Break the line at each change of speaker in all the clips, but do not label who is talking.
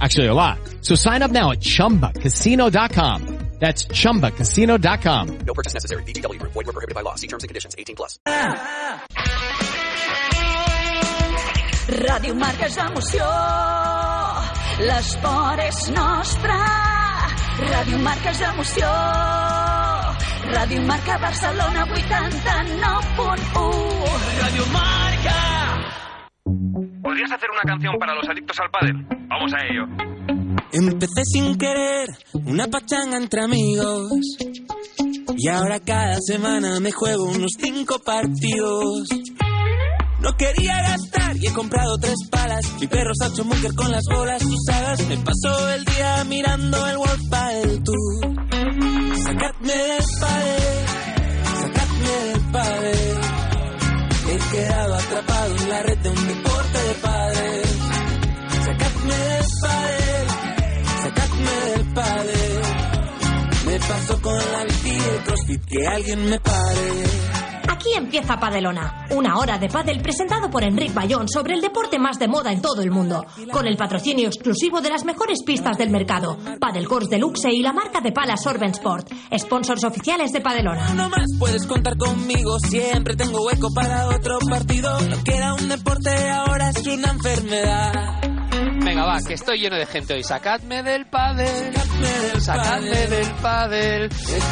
Actually, a lot. So sign up now at chumbacasino.com. That's ChumbaCasino.com.
No purchase necessary. BGW. Void were prohibited by law. See terms and conditions. 18 plus.
Ràdio Marca és emoció, l'esport és nostre. Ràdio Marca és emoció, Ràdio Marca Barcelona 89.1.
Radio Marca. ¿Podrías hacer una canción para los adictos al pádel? Vamos a ello.
Empecé sin querer una pachanga entre amigos. Y ahora cada semana me juego unos cinco partidos. No quería gastar y he comprado tres palas. Mi perro Sancho Munger con las bolas usadas. Me pasó el día mirando el World Padel Tour. Sacadme del padel, sacadme del padel. He quedado atrapado en la red de un deporte de padel. Sacadme del padel, sacadme del padel. Me pasó con la bici y el crossfit que alguien me pare.
Aquí empieza Padelona, una hora de pádel presentado por Enric Bayón sobre el deporte más de moda en todo el mundo, con el patrocinio exclusivo de las mejores pistas del mercado, Padel Course Deluxe y la marca de pala Sorben Sport, sponsors oficiales de Padelona.
No más puedes contar conmigo, siempre tengo hueco para otro partido. No queda un deporte, ahora es una enfermedad.
Venga, va, que estoy lleno de gente hoy. Sacadme del pádel, sacadme del pádel.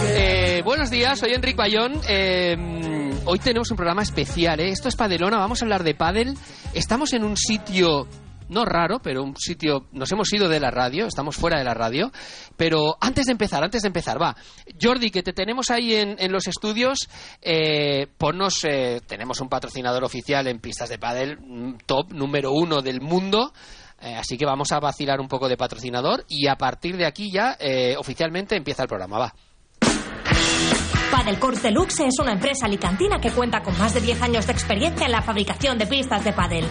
Eh, buenos días, soy Enrique Bayón. Eh, hoy tenemos un programa especial, ¿eh? Esto es Padelona, vamos a hablar de pádel. Estamos en un sitio... No raro, pero un sitio. Nos hemos ido de la radio, estamos fuera de la radio. Pero antes de empezar, antes de empezar, va. Jordi, que te tenemos ahí en, en los estudios, eh, ponnos. eh, tenemos un patrocinador oficial en pistas de pádel, mm, top número uno del mundo. Eh, así que vamos a vacilar un poco de patrocinador y a partir de aquí ya eh, oficialmente empieza el programa. Va.
Padel Course Deluxe es una empresa alicantina que cuenta con más de 10 años de experiencia en la fabricación de pistas de pádel.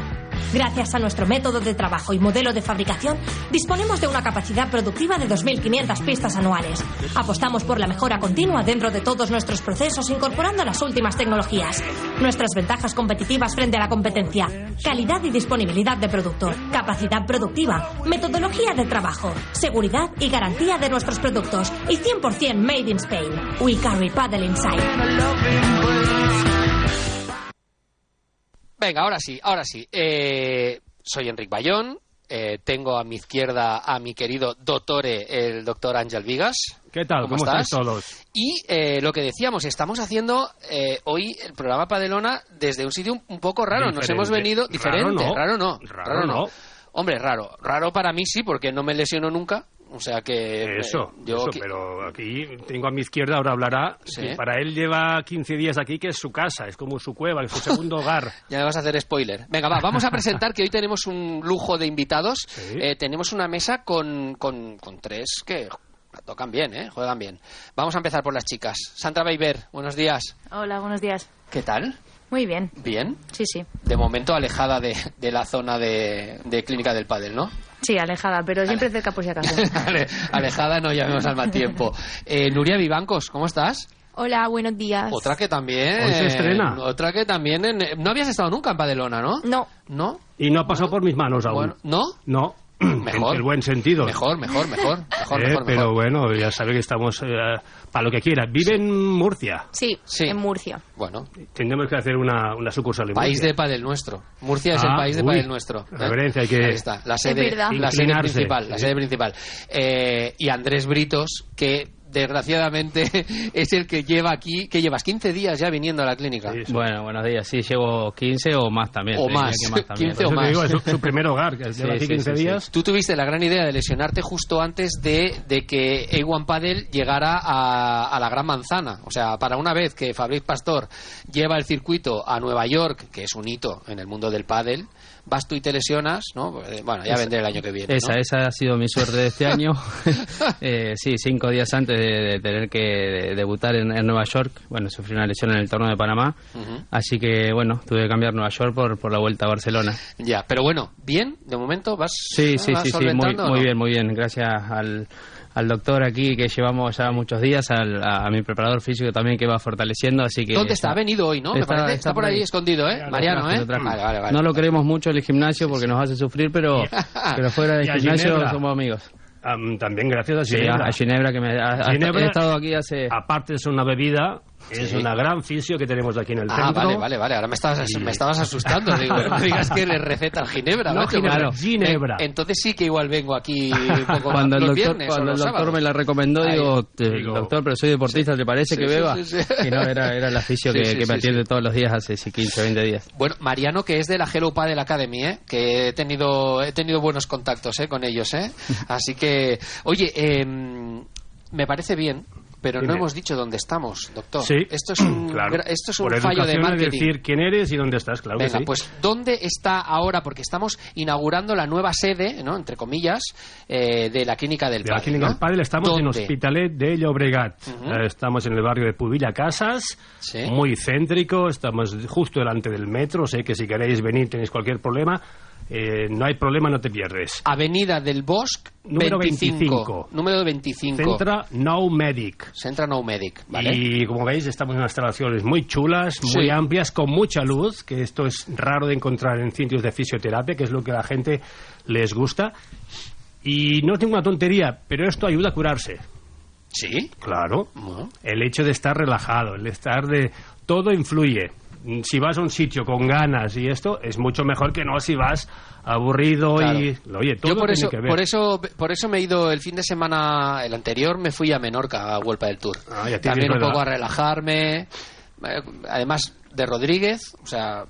Gracias a nuestro método de trabajo y modelo de fabricación, disponemos de una capacidad productiva de 2.500 pistas anuales. Apostamos por la mejora continua dentro de todos nuestros procesos incorporando las últimas tecnologías. Nuestras ventajas competitivas frente a la competencia, calidad y disponibilidad de producto, capacidad productiva, metodología de trabajo, seguridad y garantía de nuestros productos y 100% made in Spain. We carry paddle inside.
Venga, ahora sí, ahora sí. Eh, soy Enrique Bayón. eh, tengo a mi izquierda a mi querido doctore, el doctor Ángel Vigas.
¿Qué tal? ¿Cómo, estáis todos?
Y eh, lo que decíamos, estamos haciendo eh, hoy el programa Padelona desde un sitio un, un poco raro. Nos
Diferente.
hemos venido
Raro
diferente,
no.
raro no,
Raro
raro no.
no.
Hombre, raro. Raro para mí sí, porque no me lesiono nunca. O sea que... eh,
Eso,
yo
eso,
qui-
pero aquí tengo a mi izquierda, ahora hablará.
Sí.
que para él lleva 15 días aquí, que es su casa, es como su cueva, es su segundo hogar.
Ya me vas a hacer spoiler. Venga, va, vamos a presentar que hoy tenemos un lujo de invitados. Eh, tenemos una mesa con, con, con tres que tocan bien, ¿eh? Juegan bien. Vamos a empezar por las chicas. Sandra Beiber, buenos días.
Hola, buenos días.
¿Qué tal?
Muy bien.
Bien.
Sí, sí.
De momento alejada de, de la zona de, de clínica del pádel, ¿no?
Sí, alejada, pero siempre cerca por si acaso.
Ale- alejada no llamemos al mal tiempo. Eh, Nuria Vivancos, ¿cómo estás?
Hola, buenos días.
Otra que también.
Hoy se estrena.
Otra que también. en- eh, no habías estado nunca en Padelona, ¿no?
No.
¿No?
Y no ha pasado por mis manos aún.
¿No?
No. En el buen sentido.
Mejor, mejor, mejor. Mejor,
Eh,
mejor,
Pero
mejor.
bueno, ya sabe que estamos eh, para lo que quiera. Vive en Murcia.
Sí,
Sí.
en Murcia.
Bueno,
Tendremos que hacer una, una sucursal en
país
Murcia.
de Padel nuestro. Murcia es el
Ah,
país de
uy,
Padel nuestro. ¿eh?
reverencia, hay que-
Ahí está, la
Es
sede,
verdad.
la sede
Inclinarse,
principal. La
sí.
sede principal. Eh, y Andrés Britos, que desgraciadamente es el que lleva aquí, que llevas 15 días ya viniendo a la clínica.
Bueno, buenos días. Sí, llevo 15 o más también.
O
te diría
más.
que también.
15 o Por eso te más. digo, es
su- su primer hogar, que lleva aquí 15 días.
Tú tuviste la gran idea de lesionarte justo antes de, de que A1 Padel llegara a, a la Gran Manzana. O sea, para una vez que Fabriz Pastor lleva el circuito a Nueva York, que es un hito en el mundo del pádel, vas tú y te lesionas, ¿no? Eh, Bueno, ya
Esa-
vendré el año que viene.
Esa,
¿no?
esa ha sido mi suerte de este año. Eh, sí, cinco días antes de, de tener que de- debutar en, en Nueva York. Bueno, sufrí una lesión en el torneo de Panamá.
Ujú.
Así que, bueno, tuve que cambiar Nueva York por, por la vuelta a Barcelona.
Ya, pero bueno, bien, de momento vas.
Sí, sí,
vas
sí, sí, muy,
solventando,
muy
¿no?
bien, muy bien. Gracias al, al doctor aquí que llevamos ya muchos días, al- a, a mi preparador físico también que va fortaleciendo. Así que
¿Dónde está? Ha venido hoy, ¿no? Me parece que está por ahí escondido, ¿eh?
Lo
Mariano,
traje,
¿eh?
lo traje.
Vale, vale, vale.
no lo queremos mucho el gimnasio porque nos hace sufrir, pero, pero fuera del
Y a
gimnasio
Ginebra.
somos amigos.
Am, Ah, mm, también gracias a
Sí,
Ginebra.
a- a Ginebra que me ha- ha- he estado aquí hace...
Aparte es una bebida, es
Sí.
una gran fisio que tenemos aquí en el
Ah,
centro.
vale, vale, vale. Ahora me estabas,
Y-
me estabas asustando. Digo, no digas que le recetan Ginebra.
No,
macho,
Ginebra,
porque-
Ginebra.
Eh, entonces sí que igual vengo aquí un poco
Cuando el
los
doctor,
viernes o
cuando el
los
doctor
sábados.
me la recomendó,
Ahí.
digo, "Te-
Digo,
doctor, pero soy deportista, ¿te parece
Sí,
que
sí,
beba?
sí, sí.
Y no, era, era el aficio
Sí,
que,
sí,
que me
sí,
atiende todos los días hace sí, 15 o 20 días.
Bueno, Mariano, que es de la Hello Padel Academy, ¿eh? que he tenido, he tenido buenos contactos ¿eh? con ellos. ¿eh? Así que, oye, eh, me parece bien, pero no
Dime.
hemos dicho dónde estamos, doctor.
Sí,
Esto es un,
claro.
gra- esto es
Por
un fallo de
educación hay que
marketing.
decir quién eres y dónde estás, claro
Venga,
que sí.
pues ¿dónde está ahora? Porque estamos inaugurando la nueva sede, ¿no? entre comillas, eh, de la Clínica del
De la
Padel,
clínica
¿no?
del Padel estamos en
¿Dónde?
Hospitalet de Llobregat.
Ujú.
Eh, Estamos en el barrio de Pubilla Casas,
Sí.
muy céntrico, estamos justo delante del metro, sé que si queréis venir tenéis cualquier problema, eh, no hay problema, no te pierdes.
Avenida del Bosque,
Número
25.
25.
Número 25.
Centra No Medic.
Centra No Medic, ¿vale?
Y como veis, estamos en unas instalaciones muy chulas, muy
Sí.
amplias, con mucha luz, que esto es raro de encontrar en sitios de fisioterapia, que es lo que a la gente les gusta. Y no es ninguna tontería, pero esto ayuda a curarse.
Sí.
Claro.
Bueno.
El hecho de estar relajado, el estar de... Todo influye. Mm, Si vas a un sitio con ganas y esto, es mucho mejor que no si vas aburrido y... Oye, todo
Yo por
tiene
eso,
que ver.
por eso, por eso me he ido el fin de semana, el anterior me fui a Menorca a Huelpa del Tour.
Ah, ya tienes
También un
rueda.
poco a relajarme. Eh, Además de Rodríguez, o sea,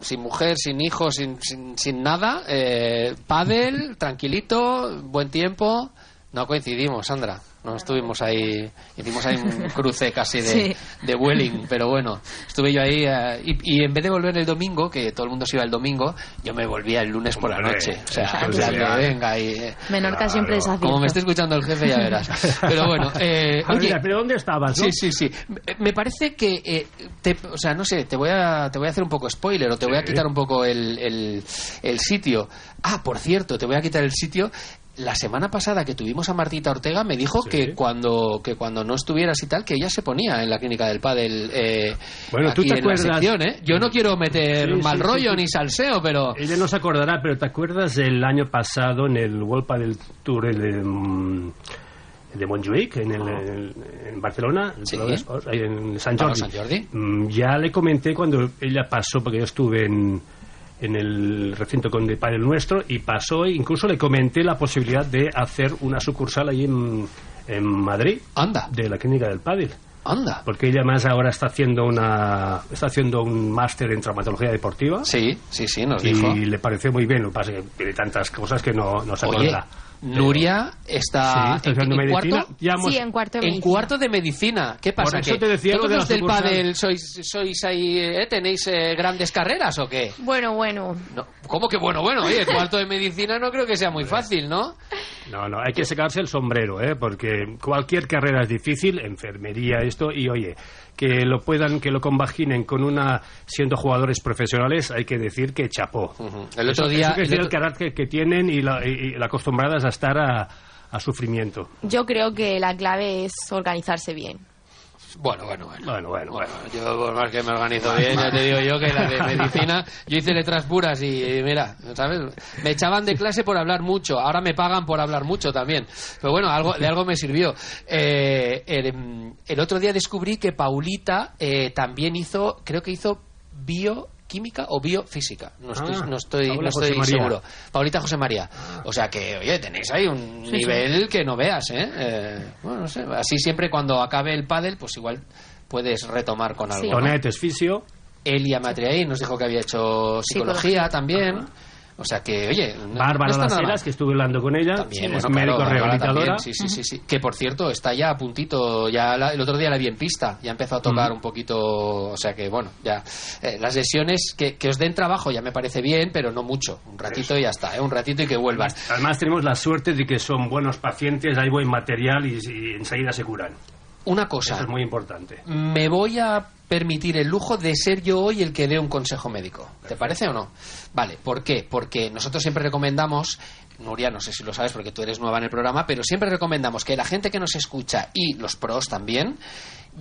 sin mujer, sin hijos, sin, sin, sin nada. Eh, pádel, tranquilito, buen tiempo. No coincidimos, Sandra. No estuvimos ahí, hicimos ahí un cruce casi de,
Sí.
de Welling, pero bueno, estuve yo ahí eh, y, y en vez de volver el domingo, que todo el mundo se iba el domingo, yo me volvía el lunes por la
Hombre,
noche. O sea,
esto
en
es
plan de,
ideal.
venga y... eh,
Menorca siempre es acierto.
Como me esté escuchando el jefe ya verás. Pero bueno, eh,
Ah,
oye,
mira, pero ¿dónde estabas? no?
Sí, sí, sí. Me- Me parece que, eh, te- o sea, no sé, te voy a, te voy a hacer un poco spoiler o te voy a quitar un poco el, el- el sitio. Ah, por cierto, te voy a quitar el sitio. La semana pasada que tuvimos a Martita Ortega me dijo que cuando que cuando no estuvieras y tal que ella se ponía en la clínica del pádel eh,
Bueno, tú
aquí en
te
la
acuerdas-
sección, ¿eh? Yo no quiero meter
Sí, sí,
mal
sí,
rollo
sí.
ni salseo, pero
Ella no se acordará, pero ¿te acuerdas del año pasado en el World del Tour el de, mm, el de Montjuic, en, el, el- en Barcelona, el
Sí.
Palau d'Esports, ahí en San
Palau
Jordi?
Sant Jordi.
Mm, Ya le comenté cuando ella pasó, porque yo estuve en, en el recinto con de Padel Nuestro, y pasó, e incluso le comenté la posibilidad de hacer una sucursal ahí en, en Madrid.
Anda.
De la clínica del Padel
anda.
porque ella más ahora está haciendo una está haciendo un máster en traumatología deportiva
Sí, sí, sí, nos
y
dijo.
le pareció muy bien lo que pasa es que tiene tantas cosas que no, no se
Oye,
acuerda
Nuria está,
Sí, está haciendo medicina. Ya hemos-
Sí, en cuarto de
en
medicina.
cuarto de medicina. ¿Qué pasa?
Por eso
¿Que
te decía
todos
lo de la
los del
sucursal.
pádel sois, sois ahí, eh, tenéis eh, grandes carreras o qué?
Bueno, bueno.
No, ¿Cómo que bueno, bueno? Oye, cuarto de medicina no creo que sea muy fácil, ¿no?
no no hay que sacarse el sombrero eh porque cualquier carrera es difícil enfermería esto y oye que lo puedan que lo compaginen con una siendo jugadores profesionales hay que decir que chapó
El otro
Eso-
día-
eso que es
el
el,
otro-
carácter que tienen y la, y- y la acostumbradas a estar a, a sufrimiento
Yo creo que la clave es organizarse bien.
Bueno, bueno, bueno.
Bueno, bueno, bueno.
Yo, por más que me organizo bien, ya te digo yo que la de medicina, yo hice letras puras y, eh, mira, ¿sabes? Me echaban de clase por hablar mucho, ahora me pagan por hablar mucho también. Pero bueno, algo, de algo me sirvió. Eh, el, em, el otro día descubrí que Paulita eh, también hizo, creo que hizo bioquímica o biofísica. No estoy,
Ah,
no estoy,
Paula
no estoy
José María. Ah.
seguro. Paulita José María. O sea que, oye, tenéis ahí un
Sí,
nivel que no veas, ¿eh? Eh, Bueno, no sé. Así siempre cuando acabe el pádel, pues igual puedes retomar con algo. ¿no?
Tonet es fisio.
Elia Matriaí nos dijo que había hecho psicología
Psicología.
también. O sea que, oye, no,
Bárbara
no está nada
Las Heras,
mal.
que estuve hablando con ella.
También,
es
bueno,
médico
claro, Bárbara
rehabilitadora.
también, Sí, sí, sí, sí. Que por cierto, está ya a puntito. Ya la- el otro día la vi en pista. Ya empezó a tocar un poquito. O sea que, bueno, ya. eh, las lesiones que, que os den trabajo ya me parece bien, pero no mucho. Un ratito y ya está, ¿eh? Un ratito y que vuelvan.
Además tenemos la suerte de que son buenos pacientes, hay buen material y, y enseguida se curan.
Una cosa.
Eso es muy importante.
me voy a permitir el lujo de ser yo hoy el que dé un consejo médico. ¿Te parece o no? Vale, ¿por qué? Porque nosotros siempre recomendamos, Nuria, no sé si lo sabes porque tú eres nueva en el programa, pero siempre recomendamos que la gente que nos escucha y los pros también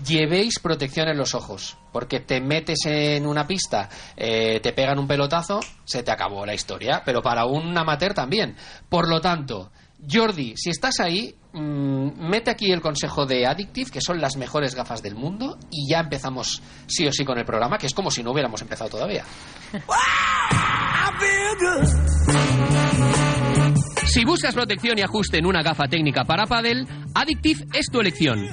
llevéis protección en los ojos, porque te metes en una pista, eh, te pegan un pelotazo, se te acabó la historia, pero para un amateur también. Por lo tanto, Jordi, si estás ahí, mm, mete aquí el consejo de Addictive, que son las mejores gafas del mundo, y ya empezamos sí o sí con el programa, que es como si no hubiéramos empezado todavía. Si buscas protección y ajuste en una gafa técnica para pádel, Addictive es tu elección.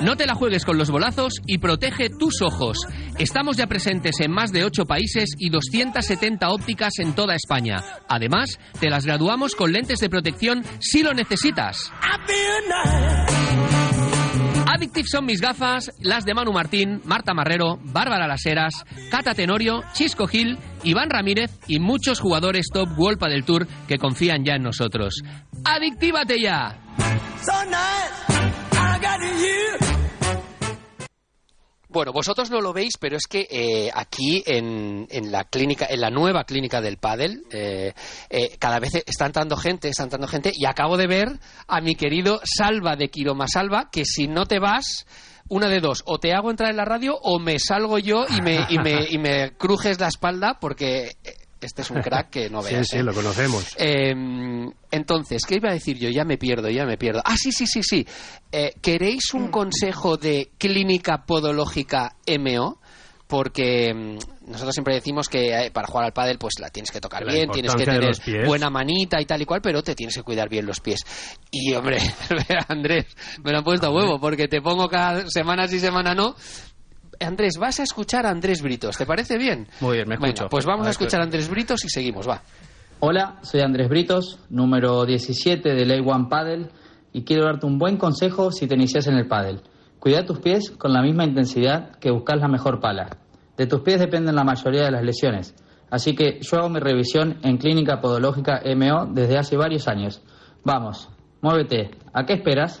No te la juegues con los bolazos y protege tus ojos. Estamos ya presentes en más de 8 países y 270 ópticas en toda España. Además, te las graduamos con lentes de protección si lo necesitas. Addictive son mis gafas, las de Manu Martín, Marta Marrero, Bárbara Las Heras, Cata Tenorio, Chisco Gil, Iván Ramírez y muchos jugadores top Wolpa del Tour que confían ya en nosotros. ¡Adictívate ya! Bueno, vosotros no lo veis, pero es que eh, aquí en, en la clínica, en la nueva clínica del pádel, eh, eh, cada vez está entrando gente, está entrando gente, y acabo de ver a mi querido Salva de Quiroma Salva, que si no te vas, una de dos, o te hago entrar en la radio, o me salgo yo y me, y me, y me crujes la espalda, porque eh, este es un crack que no
Sí,
veas.
sí,
¿eh?
lo conocemos.
Eh, entonces, ¿qué iba a decir yo? Ya me pierdo, ya me pierdo. Ah, sí, sí, sí, sí. Eh, ¿Queréis un consejo de clínica podológica MO? Porque mm, nosotros siempre decimos que eh, para jugar al pádel pues la tienes que tocar
La
bien, tienes que
importancia de
tener
los pies.
buena manita y tal y cual, pero te tienes que cuidar bien los pies. Y hombre, Andrés, me lo han puesto a huevo porque te pongo cada semana sí, semana no. Andrés, vas a escuchar a Andrés Britos, ¿te parece bien?
Muy bien, me
Venga,
escucho.
pues vamos a
ver,
escuchar a Andrés Britos y seguimos, va.
Hola, soy Andrés Britos, número 17 de Ley One Paddle, y quiero darte un buen consejo si te inicias en el paddle. Cuida tus pies con la misma intensidad que buscas la mejor pala. De tus pies dependen la mayoría de las lesiones, así que yo hago mi revisión en Clínica Podológica MO desde hace varios años. Vamos, muévete, ¿a qué esperas?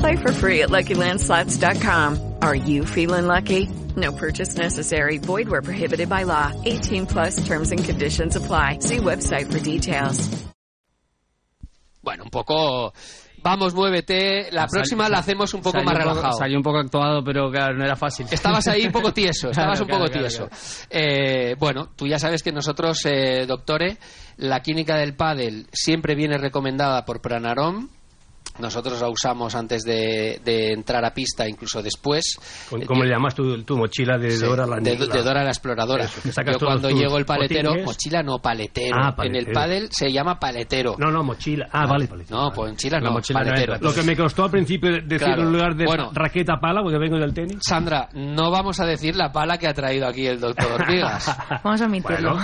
Play for free at LuckyLandSlots.com. Are you feeling lucky? No purchase necessary. Void where prohibited by law. 18 plus terms and conditions apply. See website for details.
Bueno, un poco. Vamos, muévete. La próxima la hacemos un poco
Salió
más
poco-
relajado.
Salió un poco actuado, pero claro, no era fácil.
Estabas ahí un poco tieso, estabas
Claro,
un poco
claro,
tieso.
claro,
Eh, bueno, tú ya sabes que nosotros, eh, doctores, la clínica del pádel siempre viene recomendada por Pranarom. Nosotros la usamos antes de, de entrar a pista, incluso después.
Con- ¿Cómo le llamas tu, tu mochila de
Sí,
Dora la
de,
Niebla?
de Dora la exploradora.
Eso, que sacas
Yo
todos
cuando
tus
llego el paletero,
botines.
mochila no, paletero.
Ah,
En el
paletero.
pádel se llama paletero.
No, no, mochila. Ah, vale, vale.
No, pues mochila
La
no,
mochila no
paletero.
entra. Lo que me costó al principio decir
Claro.
en lugar de
Bueno.
raqueta pala, porque vengo del tenis.
Sandra, no vamos a decir la pala que ha traído aquí el doctor Ortigas.
Vamos a omitirlo.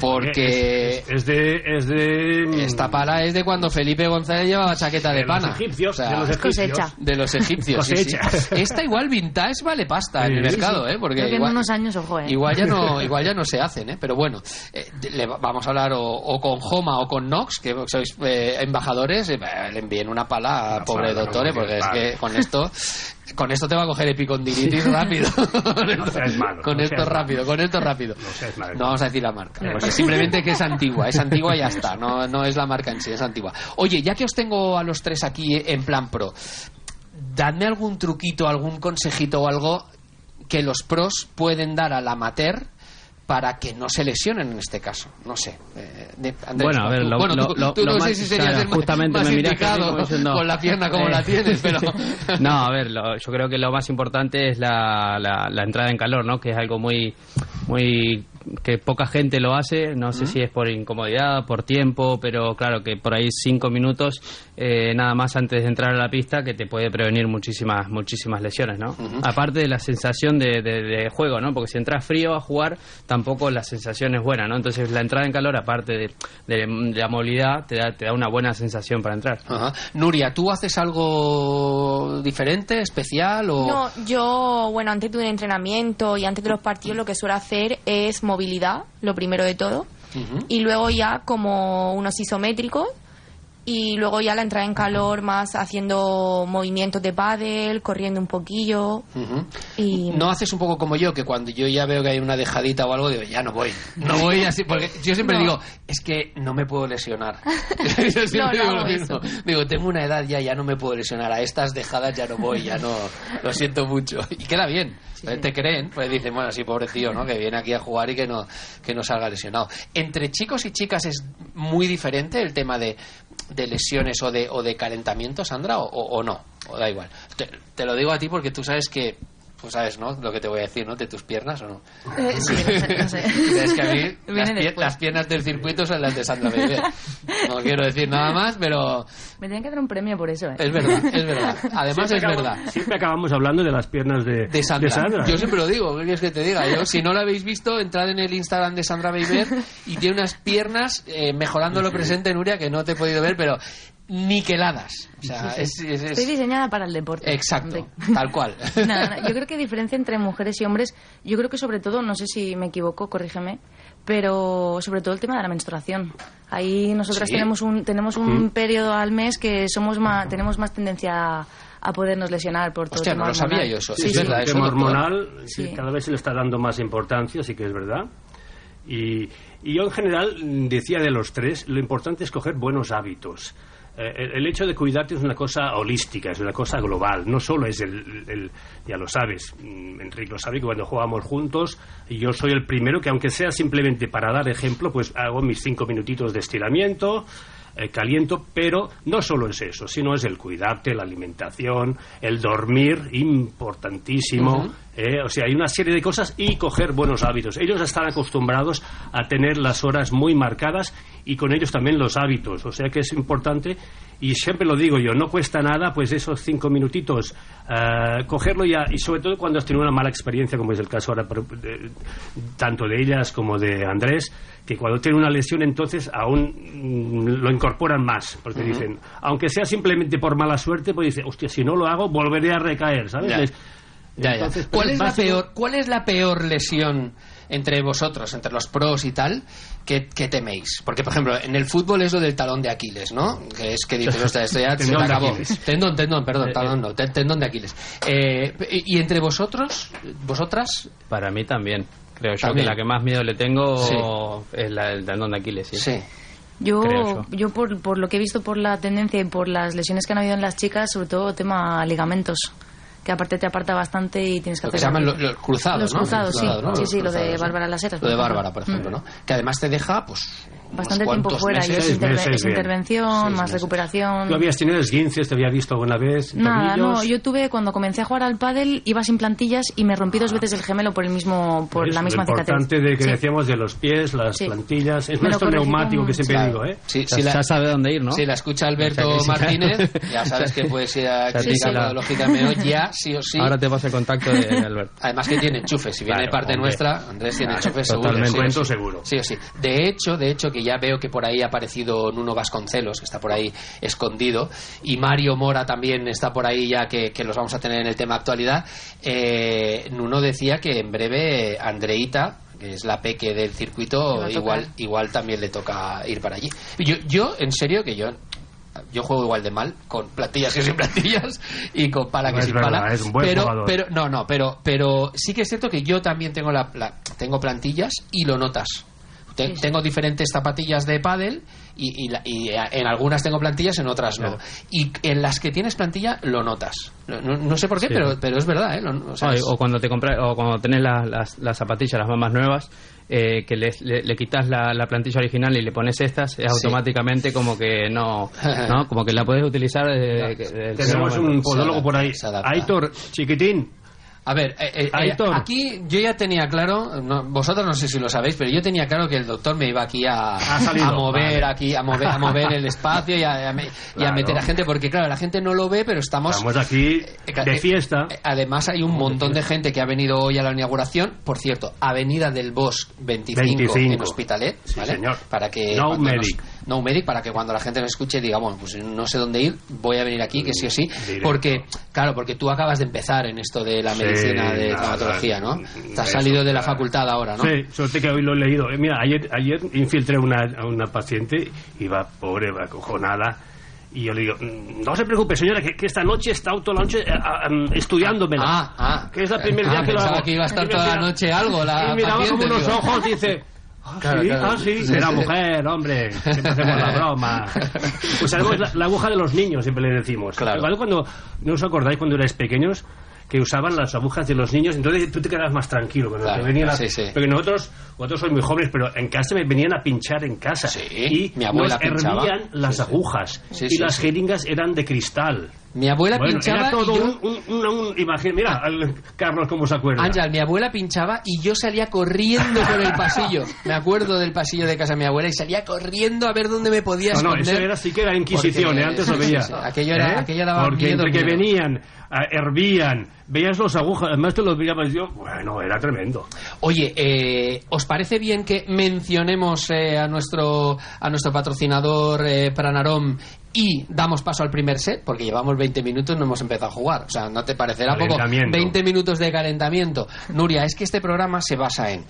Porque
Es de, es de...
esta pala es de cuando Felipe González llevaba chaqueta de
los
pana.
egipcios, de los
Es
egipcios.
cosecha.
De los egipcios, sí, sí.
Cosecha.
Esta igual vintage Ah, vale pasta en el
Sí, sí.
mercado, ¿eh? Porque
Creo que
igual,
en unos años, ojo, ¿eh?
igual ya no igual ya no se hacen, ¿eh? Pero bueno, eh, de- le va- vamos a hablar o, o con Joma o con Nox, que sois eh, embajadores, eh, bah, le envíen una pala al pobre
pala,
doctor, ¿eh? Porque
porque
es
claro.
que con esto... Con esto te va a coger epicondilitis
Sí.
rápido.
No seas malo,
con
no
esto
seas malo.
rápido, con esto rápido.
No seas malo.
No vamos a decir la marca.
Vale.
porque simplemente que es antigua. Es antigua y ya está. No, no es la marca en sí, es antigua. Oye, ya que os tengo a los tres aquí en plan pro, dadme algún truquito, algún consejito o algo que los pros pueden dar al amateur para que no se lesionen en este caso. No sé. eh, de- Andrés,
Bueno, a ver,
tú-
lo-
bueno,
lo-
tú-
lo-
tú
lo
no sé
más-
si serías
claro,
el más,
justamente
más
me miras así
indicado
como diciendo-
con la pierna como
Eh.
la tienes, pero...
No, a ver, lo- yo creo que lo más importante es la, la- la entrada en calor, ¿no? Que es algo muy, muy que poca gente lo hace. No sé si es por incomodidad, por tiempo, pero claro que por ahí cinco minutos eh, nada más antes de entrar a la pista que te puede prevenir muchísimas, muchísimas lesiones, ¿no? Aparte de la sensación de, de- de juego, ¿no? Porque si entras frío a jugar tampoco la sensación es buena, ¿no? Entonces la entrada en calor, aparte de, de- de la movilidad, te da, te da una buena sensación para entrar.
Ajá. Nuria, ¿tú haces algo diferente, especial o...?
No, yo, bueno, antes de un entrenamiento y antes de los partidos lo que suelo hacer es movilidad, lo primero de todo,
Ujú.
y luego ya como unos isométricos y luego ya la entrada en calor más haciendo movimientos de pádel, corriendo un poquillo
Ujú.
y
No haces un poco como yo, que cuando yo ya veo que hay una dejadita o algo, digo, ya no voy. No voy así, porque yo siempre
No.
digo, es que no me puedo lesionar. yo siempre
No, no
digo lo
hago
mismo. Digo, tengo una edad ya, ya no me puedo lesionar. A estas dejadas ya no voy, ya no. Lo siento mucho. Y queda bien. Eh, Te creen, pues dicen, bueno, sí, pobre tío, ¿no? Que viene aquí a jugar y que no, que no salga lesionado. Entre chicos y chicas es muy diferente el tema de, de lesiones o de, o de calentamiento, Sandra, o, o- o no. O da igual. Te, te lo digo a ti porque tú sabes que. Pues sabes, ¿no? Lo que te voy a decir, ¿no? De tus piernas o no.
Eh, sí, no sé, no sé.
Es que a mí las,
Viene
pier- las piernas del circuito son las de Sandra Bebé. No quiero decir nada más, pero
Me tienen que dar un premio por eso, ¿eh?
es verdad, es verdad. Además
Siempre
es
acabamos-
verdad.
Siempre acabamos hablando de las piernas de,
De Sandra.
de Sandra.
Yo siempre lo digo, ¿qué quieres que te diga? Yo, si no lo habéis visto, entrad en el Instagram de Sandra Beiber y tiene unas piernas, eh, mejorando lo presente, Nuria, que no te he podido ver, pero niqueladas. O sea, es- es- es-
Estoy diseñada para el deporte.
Exacto, tal cual.
Nada, nada. Yo creo que diferencia entre mujeres y hombres, yo creo que sobre todo, no sé si me equivoco, corrígeme, pero sobre todo el tema de la menstruación. Ahí nosotras
Sí.
tenemos un tenemos
Mm.
un periodo al mes que somos más, tenemos más tendencia a, a podernos lesionar por todo
Hostia,
el tema
no lo sabía
hormonal.
yo eso.
Sí,
Es
sí.
verdad,
el
eso,
tema
doctor.
hormonal
Sí.
que cada vez se le está dando más importancia, sí que es verdad. Y, y yo en general mm, decía de los tres, lo importante es coger buenos hábitos. Eh, el, el hecho de cuidarte es una cosa holística, es una cosa global, no solo es el, el- ya lo sabes, mm, Enrique lo sabe que cuando jugamos juntos, yo soy el primero que aunque sea simplemente para dar ejemplo, pues hago mis cinco minutitos de estiramiento, eh, caliento, pero no solo es eso, sino es el cuidarte, la alimentación, el dormir, importantísimo.
Ujú.
¿eh? O sea, hay una serie de cosas y coger buenos hábitos. Ellos están acostumbrados a tener las horas muy marcadas y con ellos también los hábitos. O sea que es importante y siempre lo digo yo, no cuesta nada pues esos cinco minutitos eh, cogerlo ya y sobre todo cuando has tenido una mala experiencia como es el caso ahora por- de- tanto de ellas como de Andrés que cuando tiene una lesión entonces aún mm, lo incorporan más porque
Ujú.
dicen aunque sea simplemente por mala suerte pues dice hostia si no lo hago volveré a recaer ¿sabes?
Ya.
Les-
Ya, ya.
Entonces,
¿Cuál
pues,
es la
básico-
peor, cuál es la peor lesión entre vosotros, entre los pros y tal, que, que teméis? Porque, por ejemplo, en el fútbol es lo del talón de Aquiles, ¿no? Que es que dices, hostia, esto ya se
Tendón
te
de
acabó.
Aquiles.
Tendón, tendón, perdón,
Eh, eh.
talón no, te- tendón de Aquiles. Eh, y y entre vosotros, vosotras,
Para mí también. Creo yo
También.
que la que más miedo le tengo
Sí.
es la del tendón de Aquiles. Sí.
Yo,
Creo
yo. por, por lo que he visto por la tendencia y por las lesiones que han habido en las chicas, sobre todo tema ligamentos, que aparte te aparta bastante y tienes que
lo que
hacer...
se llaman lo- los cruzados,
Los
¿no?
cruzados, sí.
¿no?
Sí,
Los
sí, lo de
cruzados, sí.
Bárbara Las Heras,
Lo de
por ejemplo.
Bárbara, por ejemplo, ¿no? Que además te deja, pues. unos
Bastante tiempo
cuantos
fuera y
meses-
es, interve-
meses,
es
bien.
intervención, más
¿Tú
recuperación...
habías tenido esguinces? ¿Te había visto alguna vez?
Nada, no,
¿Tobillos?
yo tuve, cuando comencé a jugar al pádel, iba sin plantillas y me rompí dos veces el gemelo por el mismo, por
Es
la misma
lo importante
cicatriz.
de que
Sí.
decíamos de los pies, las
Sí.
plantillas. Es
Me lo
nuestro
corregí
neumático
con-
que siempre
Claro.
digo, ¿eh?
Sí,
Ya- ya sabe dónde ir, ¿no?
Si la escucha Alberto
O sea que sí,
Martínez,
claro.
ya sabes que puedes ir a
O sea, sí,
criticar
sí, la-
la lógica de Meo ya, sí o sí.
Ahora te paso el contacto de, de Alberto.
Además que tiene enchufes, si viene de
Claro,
parte
hombre.
nuestra, Andrés tiene
Claro,
enchufes
totalmente.
seguro.
Cuento
seguro. Sí o sí. De hecho, de hecho que que ya veo que por ahí ha aparecido Nuno Vasconcelos, que está por ahí escondido, y Mario Mora también está por ahí ya que, que los vamos a tener en el tema actualidad. Eh, Nuno decía que en breve Andreita que es la peque del
Le va
circuito,
a tocar.
igual, igual también le toca ir para allí. Yo, yo en serio, que yo yo juego igual de mal con plantillas que sin plantillas y con pala que
Es
sin
verdad,
pala
es un buen
pero
jugador.
pero no no pero pero sí que es cierto que yo también tengo la, la- tengo plantillas y lo notas Te- tengo diferentes zapatillas de pádel y, y la- y en algunas tengo plantillas en otras no y en las que tienes plantilla lo notas no, no- no sé por qué
Sí.
pero pero es verdad ¿eh? Lo- o sea,
No, y-
es-
o cuando te compras o cuando tenés la- las, las zapatillas las mamás nuevas eh, que les- le, le quitas la, la plantilla original y le pones estas es
Sí.
automáticamente como que no, no como que la puedes utilizar
eh,
desde, que- eh, desde el
Tenemos
primer momento.
un podólogo por ahí. Aitor, chiquitín.
A ver, eh, eh, eh,
Aitor.
aquí yo ya tenía claro, no, vosotros no sé si lo sabéis, pero yo tenía claro que el doctor me iba aquí a,
salido,
a mover
vale.
aquí, a mover, a mover el espacio y a, a me- y a
Claro.
meter a gente, porque claro, la gente no lo ve, pero estamos. eh,
Estamos aquí de fiesta.
Además hay un montón de gente que ha venido hoy a la inauguración, por cierto, Avenida del Bosque 25,
25.
en Hospitalet, ¿vale?
señor.
Para que
No
cuando nos-
medic.
no medic para que cuando la gente nos escuche diga, bueno, pues no sé dónde ir, voy a venir aquí, que sí o sí, porque claro, porque tú acabas de empezar en esto de la
Sí,
medicina de
nada,
traumatología, ¿no? Te has
eso,
salido de la facultad ahora, ¿no?
Sí, suerte que hoy lo he leído. Eh, Mira, ayer, ayer infiltré una, a una paciente, iba pobre, va acojonada, y yo le digo, "Mm, no se preocupe, señora, que, que esta noche está toda la noche eh, ah, mm, estudiándomela.
Ah, ah.
que es la primera
Ah,
día que lo
pensaba
hago".
que iba a estar
Y
toda la
mira-
noche algo, la
Y miraba con
paciente,
unos
digo.
ojos, dice... Ah,
Claro,
sí,
claro.
ah, sí,
Sí,
será
sí.
mujer, hombre. Siempre hacemos la broma. Pues sabemos la, la aguja de los niños, siempre le decimos. Igual cuando, ¿no os acordáis cuando erais pequeños? que usaban las agujas de los niños, entonces tú te quedabas más tranquilo. Cuando
Claro,
te venían a-
sí, sí.
Porque nosotros, vosotros sois muy jóvenes, pero en casa me venían a pinchar en casa. y
mi abuela
nos
pinchaba.
hervían las agujas.
Sí,
y
sí,
las
sí.
jeringas eran de cristal.
Mi abuela
Bueno,
pinchaba
Era todo
y yo-
un, un- un- un- imagina- Mira, al- Carlos, cómo se acuerda.
Ángel, mi abuela pinchaba y yo salía corriendo por el pasillo. Me acuerdo del pasillo de casa de mi abuela y salía corriendo a ver dónde me podía
No, no,
esconder.
eso era, sí que era Inquisición,
Porque-
¿eh? antes lo
sí, sí,
veía.
sí. Aquello, era,
¿Eh?
aquello daba
Porque
miedo.
entre que
miedo.
venían, ah, hervían, veías los agujas, además te los mirabas yo, bueno, era tremendo.
Oye, eh, ¿os parece bien que mencionemos eh, a nuestro a nuestro patrocinador eh, Pranarom y damos paso al primer set? Porque llevamos 20 minutos no hemos empezado a jugar. O sea, ¿no te parecerá poco?
Calentamiento.
20 minutos de calentamiento. Nuria, es que este programa se basa en...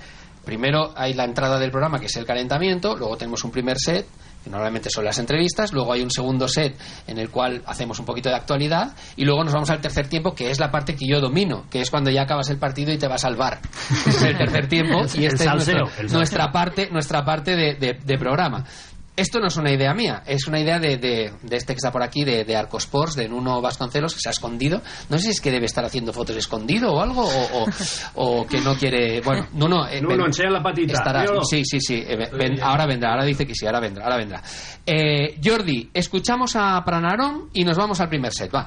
Primero hay la entrada del programa, que es el calentamiento, luego tenemos un primer set, que normalmente son las entrevistas, luego hay un segundo set en el cual hacemos un poquito de actualidad, y luego nos vamos al tercer tiempo, que es la parte que yo domino, que es cuando ya acabas el partido y te vas al bar. Ese es el tercer tiempo, y
El
esta es
salseo,
nuestro-
el salseo.
nuestra parte, nuestra parte de, de- de programa. Esto no es una idea mía, es una idea de, de- de este que está por aquí, de, de Arcosports, de Nuno Vasconcelos, que se ha escondido. No sé si es que debe estar haciendo fotos escondido o algo, o, o- o que no quiere. Bueno, Nuno. eh,
Nuno,
ven-
enseña la patita,
estará-
míralo.
sí, sí, sí. eh, ven- ven- ahora vendrá, ahora dice que sí, ahora vendrá, ahora vendrá. Eh, Jordi, escuchamos a Pranaron y nos vamos al primer set, va.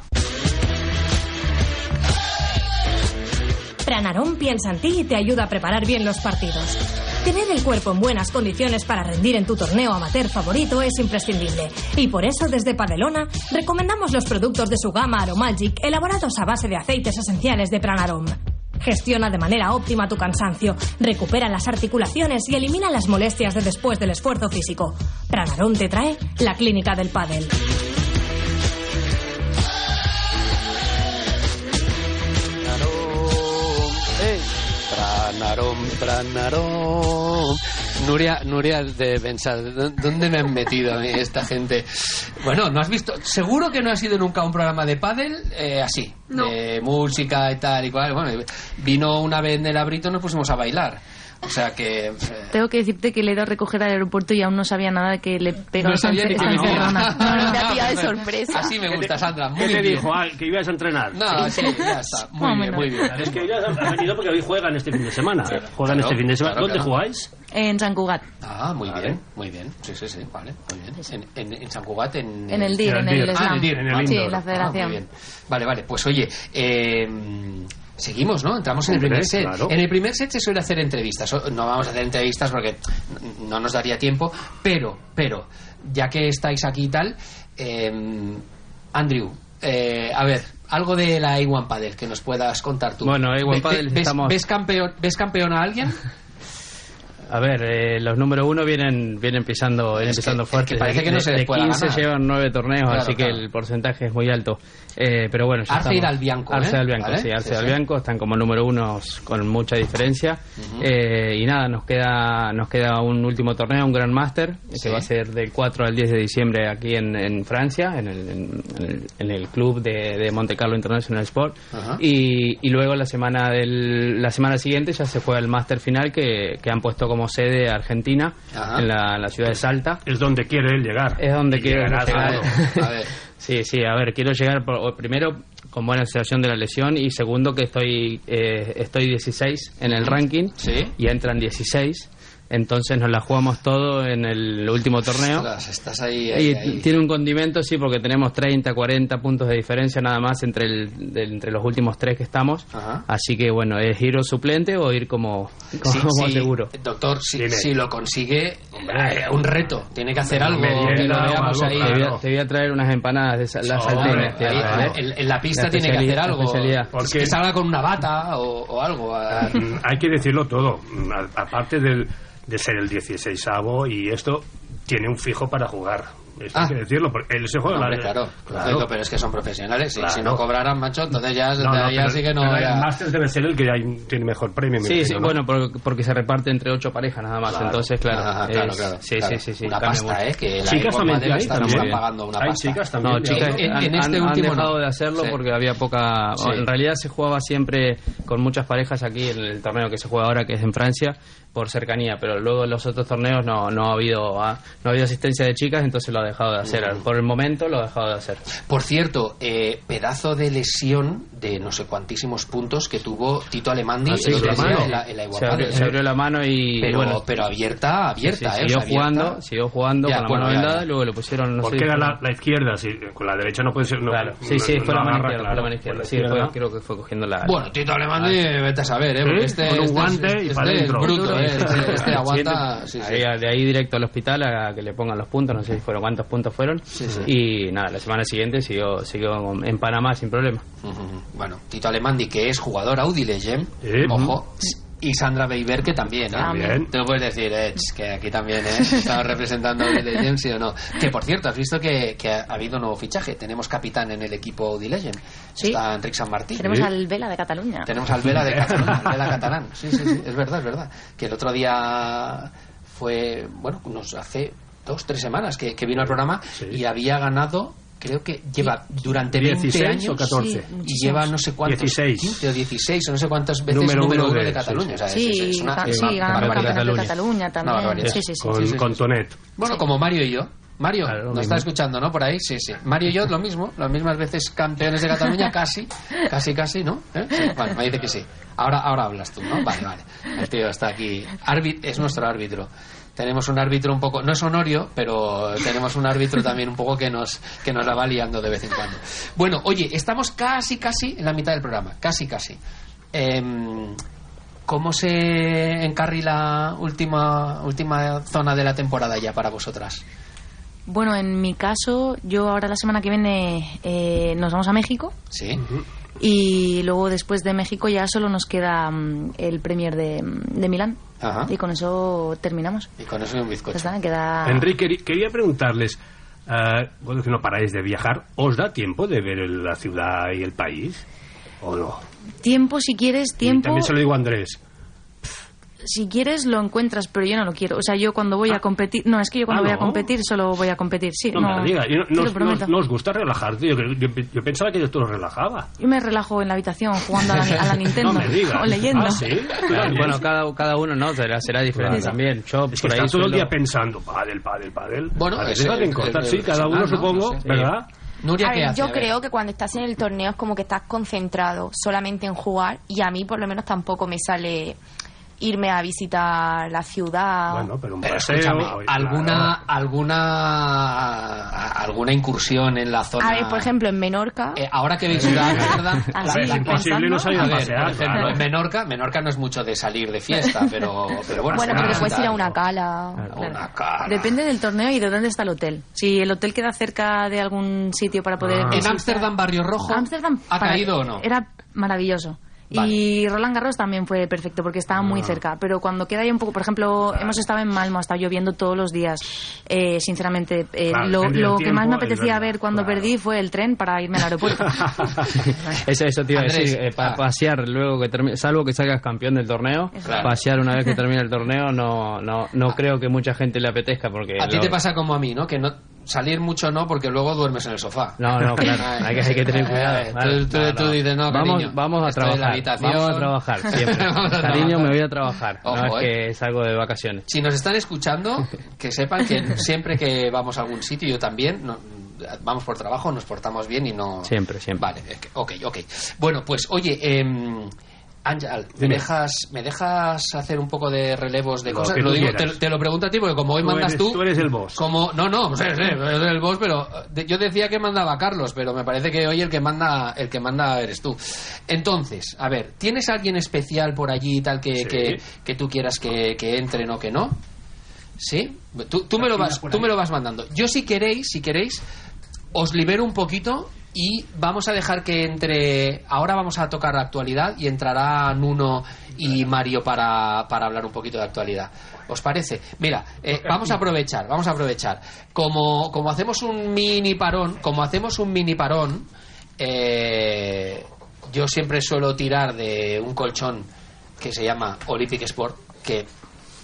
Pranarón piensa en ti y te ayuda a preparar bien los partidos. Tener el cuerpo en buenas condiciones para rendir en tu torneo amateur favorito es imprescindible. Y por eso, desde Padelona, recomendamos los productos de su gama Aromagic, elaborados a base de aceites esenciales de Pranarom. Gestiona de manera óptima tu cansancio, recupera las articulaciones y elimina las molestias de después del esfuerzo físico. Pranarom te trae la clínica del pádel.
Pranarom, pranarom. Nuria, Nuria de pensar, ¿dó- ¿dónde me han metido a mí esta gente? Bueno, no has visto, seguro que no has ido nunca a un programa de pádel eh, así, de música y tal y cual. Bueno, vino una vez en el abrito, nos pusimos a bailar. O sea que... eh,
Tengo que decirte que le he ido a recoger al aeropuerto y aún no sabía nada de que le pegaba
No
esta
sabía ni
encer-
que
esta
venía.
encerrona. No, no.
Te ha pillado de
Perfecto.
sorpresa.
Así me gusta, Sandra. Muy
¿Qué te
bien.
dijo? Ah, que ibas a entrenar.
No, sí, ya está. Muy
Más o
bien,
menos.
muy bien.
Es que ya ha venido porque hoy juegan este fin de semana. Juegan
Claro,
este fin de semana.
claro,
¿Dónde
claro.
jugáis?
En San Cugat.
Ah, muy bien, muy bien. Sí, sí, sí, vale, muy bien. En, en, en San Cugat, en...
En el DIR, en el
Ah,
Slam.
DIR, en el
Sí,
indoor.
la federación.
Ah, muy bien. Vale, vale, pues oye, eh, seguimos, ¿no? Entramos en el
Hombre,
primer set.
claro.
En el primer set se suele hacer entrevistas. O- No vamos a hacer entrevistas porque no nos daría tiempo, pero, pero, ya que estáis aquí y tal, eh, Andrew, eh, a ver, algo de la A1 Padel que nos puedas contar tú.
Bueno, A1
Ve- ve-
Padel
ves,
estamos-
ves campeón, ¿Ves campeón a alguien?
A ver, eh, los número uno vienen vienen pisando, vienen pisando fuerte.
que parece
De-
que no se
de,
les
de
pueda
15
ganar.
llevan 9 torneos,
Claro,
así
claro.
que el porcentaje es muy alto. Eh, pero bueno, ya
Arce
estamos-
y Dalbianco, ¿eh?
Arce y Dalbianco,
¿Vale?
sí, Arce
Sí,
y
sí.
Dalbianco están como número uno con mucha diferencia. Eh, y nada, nos queda nos queda un último torneo, un Grand Master,
Sí.
que va a ser del 4 al 10 de diciembre aquí en, en Francia, en el, en- en el- en el club de, de Monte Carlo International Sport.
Ajá.
Y, y luego la semana del, la semana siguiente ya se juega el máster final que, que han puesto como sede a Argentina
Ajá.
en la, en la ciudad de Salta.
Es donde quiere él llegar.
Es donde
Y
quiere él
llegará
llegar.
seguro.
sí, sí, a ver, quiero llegar por- primero con buena sensación de la lesión y segundo que estoy eh, estoy 16 en el ranking
Sí.
y entran 16. Entonces nos la jugamos todo en el último torneo.
Ostras, estás ahí, ahí,
Y
ahí.
tiene un condimento, sí, porque tenemos 30, 40 puntos de diferencia nada más entre, el, del- entre los últimos tres que estamos. Así que bueno, es ir o suplente o ir como,
Sí,
como
sí,
seguro.
Doctor, si,
Dime.
si lo consigue, eh, un reto. Tiene que hacer algo.
Merienda
Que lo
o
veamos
algo,
ahí.
Te voy, a, te voy a traer unas empanadas de sal- las
Hombre,
salteñas. te voy a
ahí,
traer.
en, en la pista tiene que
especiali-
hacer algo.
especialidad.
Es que salga con una bata o, o algo. a-
Mm, Hay que decirlo todo. Mm, a- Aparte del, de ser el 16avo y esto, tiene un fijo para jugar. Esto
Ah.
hay que decirlo. Porque él se juega
Hombre,
la-
claro, Digo, pero es que son profesionales. sí,
Claro.
Si no cobraran, macho, entonces ya,
No, no,
ya
pero-
sí que no.
pero
ya-
El máster debe ser el que hay- tiene mejor premio. me
Sí, sí,
imagino, ¿no?
bueno, por- porque, se reparte entre ocho parejas nada más.
Claro.
Entonces, claro.
Ajá, claro,
es-
claro,
sí,
claro.
sí, sí, sí,
Una
cambia
pasta,
mucho.
¿eh? Que la Chicas también Informadera hay, está- también. están pagando una
Hay
pasta.
chicas también. No, chicas,
En-
han,
en este
han- han
último no.
dejado de hacerlo
Sí.
porque había poca...
Sí.
En realidad se jugaba siempre con muchas parejas aquí en el torneo que se juega ahora, que es en Francia, por cercanía. Pero luego en los otros torneos no, no, ha, habido, ah, no ha habido asistencia de chicas, entonces lo ha dejado de hacer.
Ujú.
Por el momento lo ha dejado de hacer.
Por cierto, eh, pedazo de lesión de no sé cuantísimos puntos que tuvo Tito Alemandi
Ah, sí,
el otro
la
día
mano.
en la, en la
se, abrió,
Iguapare,
se
¿eh?
abrió la mano y...
Pero-
bueno,
pero abierta, abierta,
Sí, sí,
¿eh?
siguió
O sea, abierta.
jugando, siguió jugando
Ya,
con la
bueno,
mano
ya,
vendada
ya.
y luego le pusieron... No sé,
Porque era
dijo-
la, la izquierda, sí, con la derecha no puede ser. No,
Claro, sí,
no-
sí,
no
fue la mano izquierda,
agarra,
fue la
claro,
mano
con
izquierda.
la
Sí,
izquierda,
fue-
¿no?
creo que fue cogiendo la... Ah,
Bueno, Tito Alemandi, vete a saber, ¿eh?
Sí,
Porque este,
con un
este
guante
es,
y
este
para
es
adentro.
bruto, ¿eh? Este, este aguanta.
Siete.
sí, sí.
Ahí, de ahí directo al hospital a que le pongan los puntos, no sé si fueron cuántos puntos fueron.
sí.
Y nada, la semana siguiente siguió, siguió en Panamá sin problema.
Ujú. Bueno, Tito Alemandi, que es jugador Audi Legend, ojo. Y Sandra Beiber, que también, ¿eh?
También.
Te lo puedes decir, eh, ch, que aquí también, ¿eh? Estamos representando a Audi Legend, sí o no. Que, por cierto, has visto que, que ha habido nuevo fichaje. Tenemos capitán en el equipo Audi Legend. Está Enric San Martín.
Tenemos al Vela de Cataluña.
Tenemos al Vela de Catalán, al Vela catalán. Sí, sí, sí, es verdad, es verdad. Que el otro día fue, bueno, nos hace dos, tres semanas que, que vino al programa y había ganado, creo que lleva durante 20
16
años
o 14. Sí,
y
muchísimos.
lleva no sé cuántos,
16.
15 o 16 o no sé cuántas veces número,
Número
uno,
uno
de,
de-
Cataluña. o sea,
Sí,
es- es una-
ga- sí,
una
ganando
barbaridad.
campeonato de Cataluña
Una
también.
barbaridad.
Sí, sí, sí.
Con,
Sí, sí,
con Tonet.
Bueno, como Mario y yo. Mario,
Claro, lo
nos está
mismo.
escuchando, ¿no? Por ahí, sí, sí. Mario y yo, lo mismo, las mismas veces campeones de Cataluña, casi, casi, casi, ¿no? ¿Eh? Sí, Vale, me dice que sí. Ahora, ahora hablas tú, ¿no? Vale, vale. El tío está aquí. Árbit- es nuestro árbitro. Tenemos un árbitro un poco, no es honorio, pero tenemos un árbitro también un poco que nos, que nos la va liando de vez en cuando. Bueno, oye, estamos casi, casi en la mitad del programa, casi, casi. Em, ¿Cómo se encarrila última última zona de la temporada ya para vosotras?
Bueno, en mi caso, yo ahora la semana que viene eh, nos vamos a México
Sí.
y luego después de México ya solo nos queda mm, el Premier de, mm, de Milán.
Ajá.
Y con eso terminamos.
Y con eso y un
Ya
bizcocho.
está, queda...
Enrique, queri- quería preguntarles. eh, bueno, que no paráis de viajar. ¿Os da tiempo de ver el- la ciudad y el país? ¿O no?
Tiempo, si quieres,
Y
tiempo.
también se lo digo a Andrés.
Si quieres, lo encuentras, pero yo no lo quiero. O sea, yo cuando voy a competir. No, es que yo cuando
Ah,
voy a
¿no?
competir solo voy a competir, sí.
No, me lo digas. Yo-
te
no,
lo
no-
prometo.
no os gusta relajarte. Yo, creo- yo pe- yo pensaba que yo te lo relajaba.
Yo me relajo en la habitación jugando a la, a la Nintendo
No me digas.
o leyendo.
Ah, ¿sí? Tú
Claro,
también.
bueno, cada, cada uno no será, será diferente
Claro.
también. Yo
Es que
por ahí
está todo el
suelo-
día pensando, pádel, pádel, pádel.
Bueno,
A ver,
es
déjate
el-
encortar,
el-
sí,
el
cada uno
personal, ¿no?
supongo,
No sé.
¿verdad?
Nuria,
A
¿qué
ver,
hace?
yo
A ver.
creo que cuando estás en el torneo es como que estás concentrado solamente en jugar y a mí por lo menos tampoco me sale irme a visitar la ciudad.
Bueno, pero un
Pero
paseo.
escúchame,
oye,
alguna alguna alguna incursión en la zona.
a ver, pues, por ejemplo, en Menorca. Ah,
Eh, ahora que veis ciudad, ¿verdad?
Así,
Es imposible no salir a
A ver,
pasear,
por ejemplo,
claro.
en Menorca, Menorca no es mucho de salir de fiesta, pero, pero bueno.
bueno, pero
pero
te puedes ir a una cala.
Una cara.
Depende del torneo y de dónde está el hotel. Si el hotel queda cerca de algún sitio para poder.
Ah. ¿En
visitar-
Ámsterdam, Barrio Rojo?
Ámsterdam
¿Ha
para-
caído o no?
Era maravilloso. Y Roland Garros también fue perfecto porque estaba muy
Ah.
cerca. Pero cuando queda ahí un poco, por ejemplo, hemos estado en Malmo, ha estado lloviendo todos los días. Eh, sinceramente, eh,
Claro,
lo,
depende del
lo que más me
tiempo, es
apetecía
verdad,
ver cuando perdí fue el tren para irme al aeropuerto.
Eso, eso te iba a
Ah, Andrés, ah.
decir, eh, pa- pasear luego que termine, salvo que salgas campeón del torneo,
Claro.
pasear una vez que termine el torneo no, no, no creo que mucha gente le apetezca porque...
Ah. A ti
lo-
te pasa como a mí, ¿no? Que no salir mucho no, porque luego duermes en el sofá.
No, no, claro, hay que, hay que tener cuidado.
Eh,
claro.
tú, tú-
No,
tú
no.
dices, no,
vamos,
cariño,
vamos a
estoy en la
trabajar,
habitación.
vamos a trabajar siempre.
Vamos a
Cariño,
trabajar.
me voy a trabajar, no
Ojo,
es
eh.
que salgo de vacaciones.
Si nos están escuchando, que sepan que siempre que vamos a algún sitio, yo también, no- vamos por trabajo, nos portamos bien y no...
Siempre, siempre.
Vale, es que- ok, ok. Bueno, pues oye, em, Ángel, ¿me
Dime.
dejas, ¿me dejas hacer un poco de relevos de
Lo
cosas?
que
Lo
tú
digo, te,
quieras.
te lo pregunto a ti, porque como hoy
Tú
mandas
eres-
tú...
tú eres el boss.
Como, no, no, sí, sí, yo soy el boss, pero de- yo decía que mandaba Carlos, pero me parece que hoy el que manda el que manda eres tú. Entonces, a ver, ¿tienes alguien especial por allí y tal que, que, que tú quieras que, que entren o que no? ¿Sí? Tú, tú me lo vas, tú me lo vas mandando. Yo si queréis, si queréis, os libero un poquito y vamos a dejar que entre... Ahora vamos a tocar la actualidad y entrará Nuno y Mario para, para hablar un poquito de actualidad. ¿Os parece? Mira, eh, vamos a aprovechar, vamos a aprovechar. Como, como hacemos un mini parón, como hacemos un mini parón, eh, yo siempre suelo tirar de un colchón que se llama Olympic Sport, que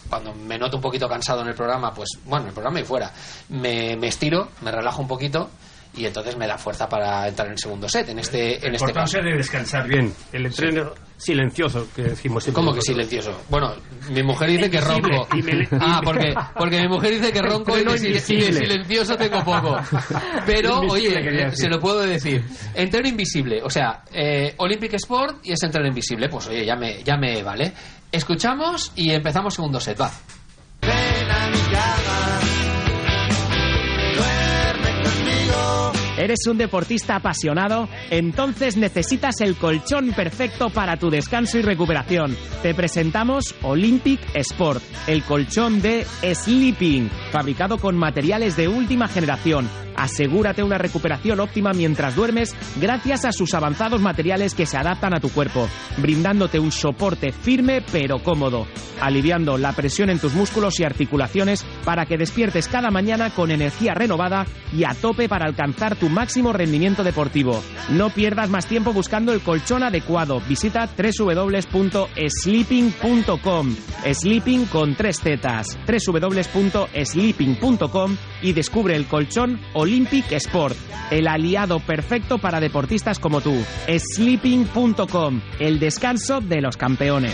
cuando me noto un poquito cansado en el programa, pues bueno, en el programa y fuera, me, me estiro, me relajo un poquito y entonces me da fuerza para entrar en el segundo set, en este, en este caso.
importante de descansar bien. El entreno silencioso que decimos siempre.
¿Cómo que silencioso? Bueno, mi mujer dice que
Invisible,
ronco.
y me-
Ah, porque, porque mi mujer dice que ronco y
Entreno
de sil- y de
invisible.
silencioso tengo poco. Pero,
Invisible quería
oye,
decir.
se lo puedo decir. Entreno invisible, o sea, eh, Olympic Sport y es entreno invisible. Pues oye, ya me, ya me vale. Escuchamos y empezamos segundo set, va.
¿Eres un deportista apasionado? Entonces necesitas el colchón perfecto para tu descanso y recuperación. Te presentamos Olympic Sport, el colchón de Sleeping, fabricado con materiales de última generación. Asegúrate una recuperación óptima mientras duermes gracias a sus avanzados materiales que se adaptan a tu cuerpo, brindándote un soporte firme pero cómodo, aliviando la presión en tus músculos y articulaciones para que despiertes cada mañana con energía renovada y a tope para alcanzar tu máximo rendimiento deportivo. No pierdas más tiempo buscando el colchón adecuado. Visita www.sleeping.com. Sleeping con tres zetas. www.sleeping.com y descubre el colchón Olympic Sport, el aliado perfecto para deportistas como tú. Sleeping.com, el descanso de los campeones.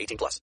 18 plus.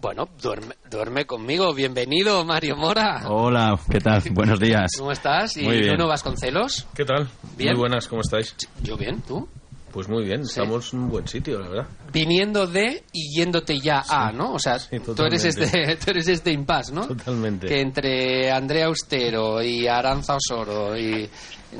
Bueno, duerme, duerme conmigo. Bienvenido, Mario Mora.
Hola, ¿qué tal? Buenos días.
¿Cómo estás? ¿Y
Muy bien.
Nuno Vasconcelos?
¿Qué tal?
Bien.
Muy buenas, ¿cómo estáis?
Yo bien, ¿tú?
Pues muy bien, estamos en un buen sitio, la verdad.
Viniendo de y yéndote ya a, ¿no? O sea, tú, eres
totalmente.
este, tú eres este impas, ¿no?
Totalmente.
Que entre Andrea Austero y Aranza Osoro y,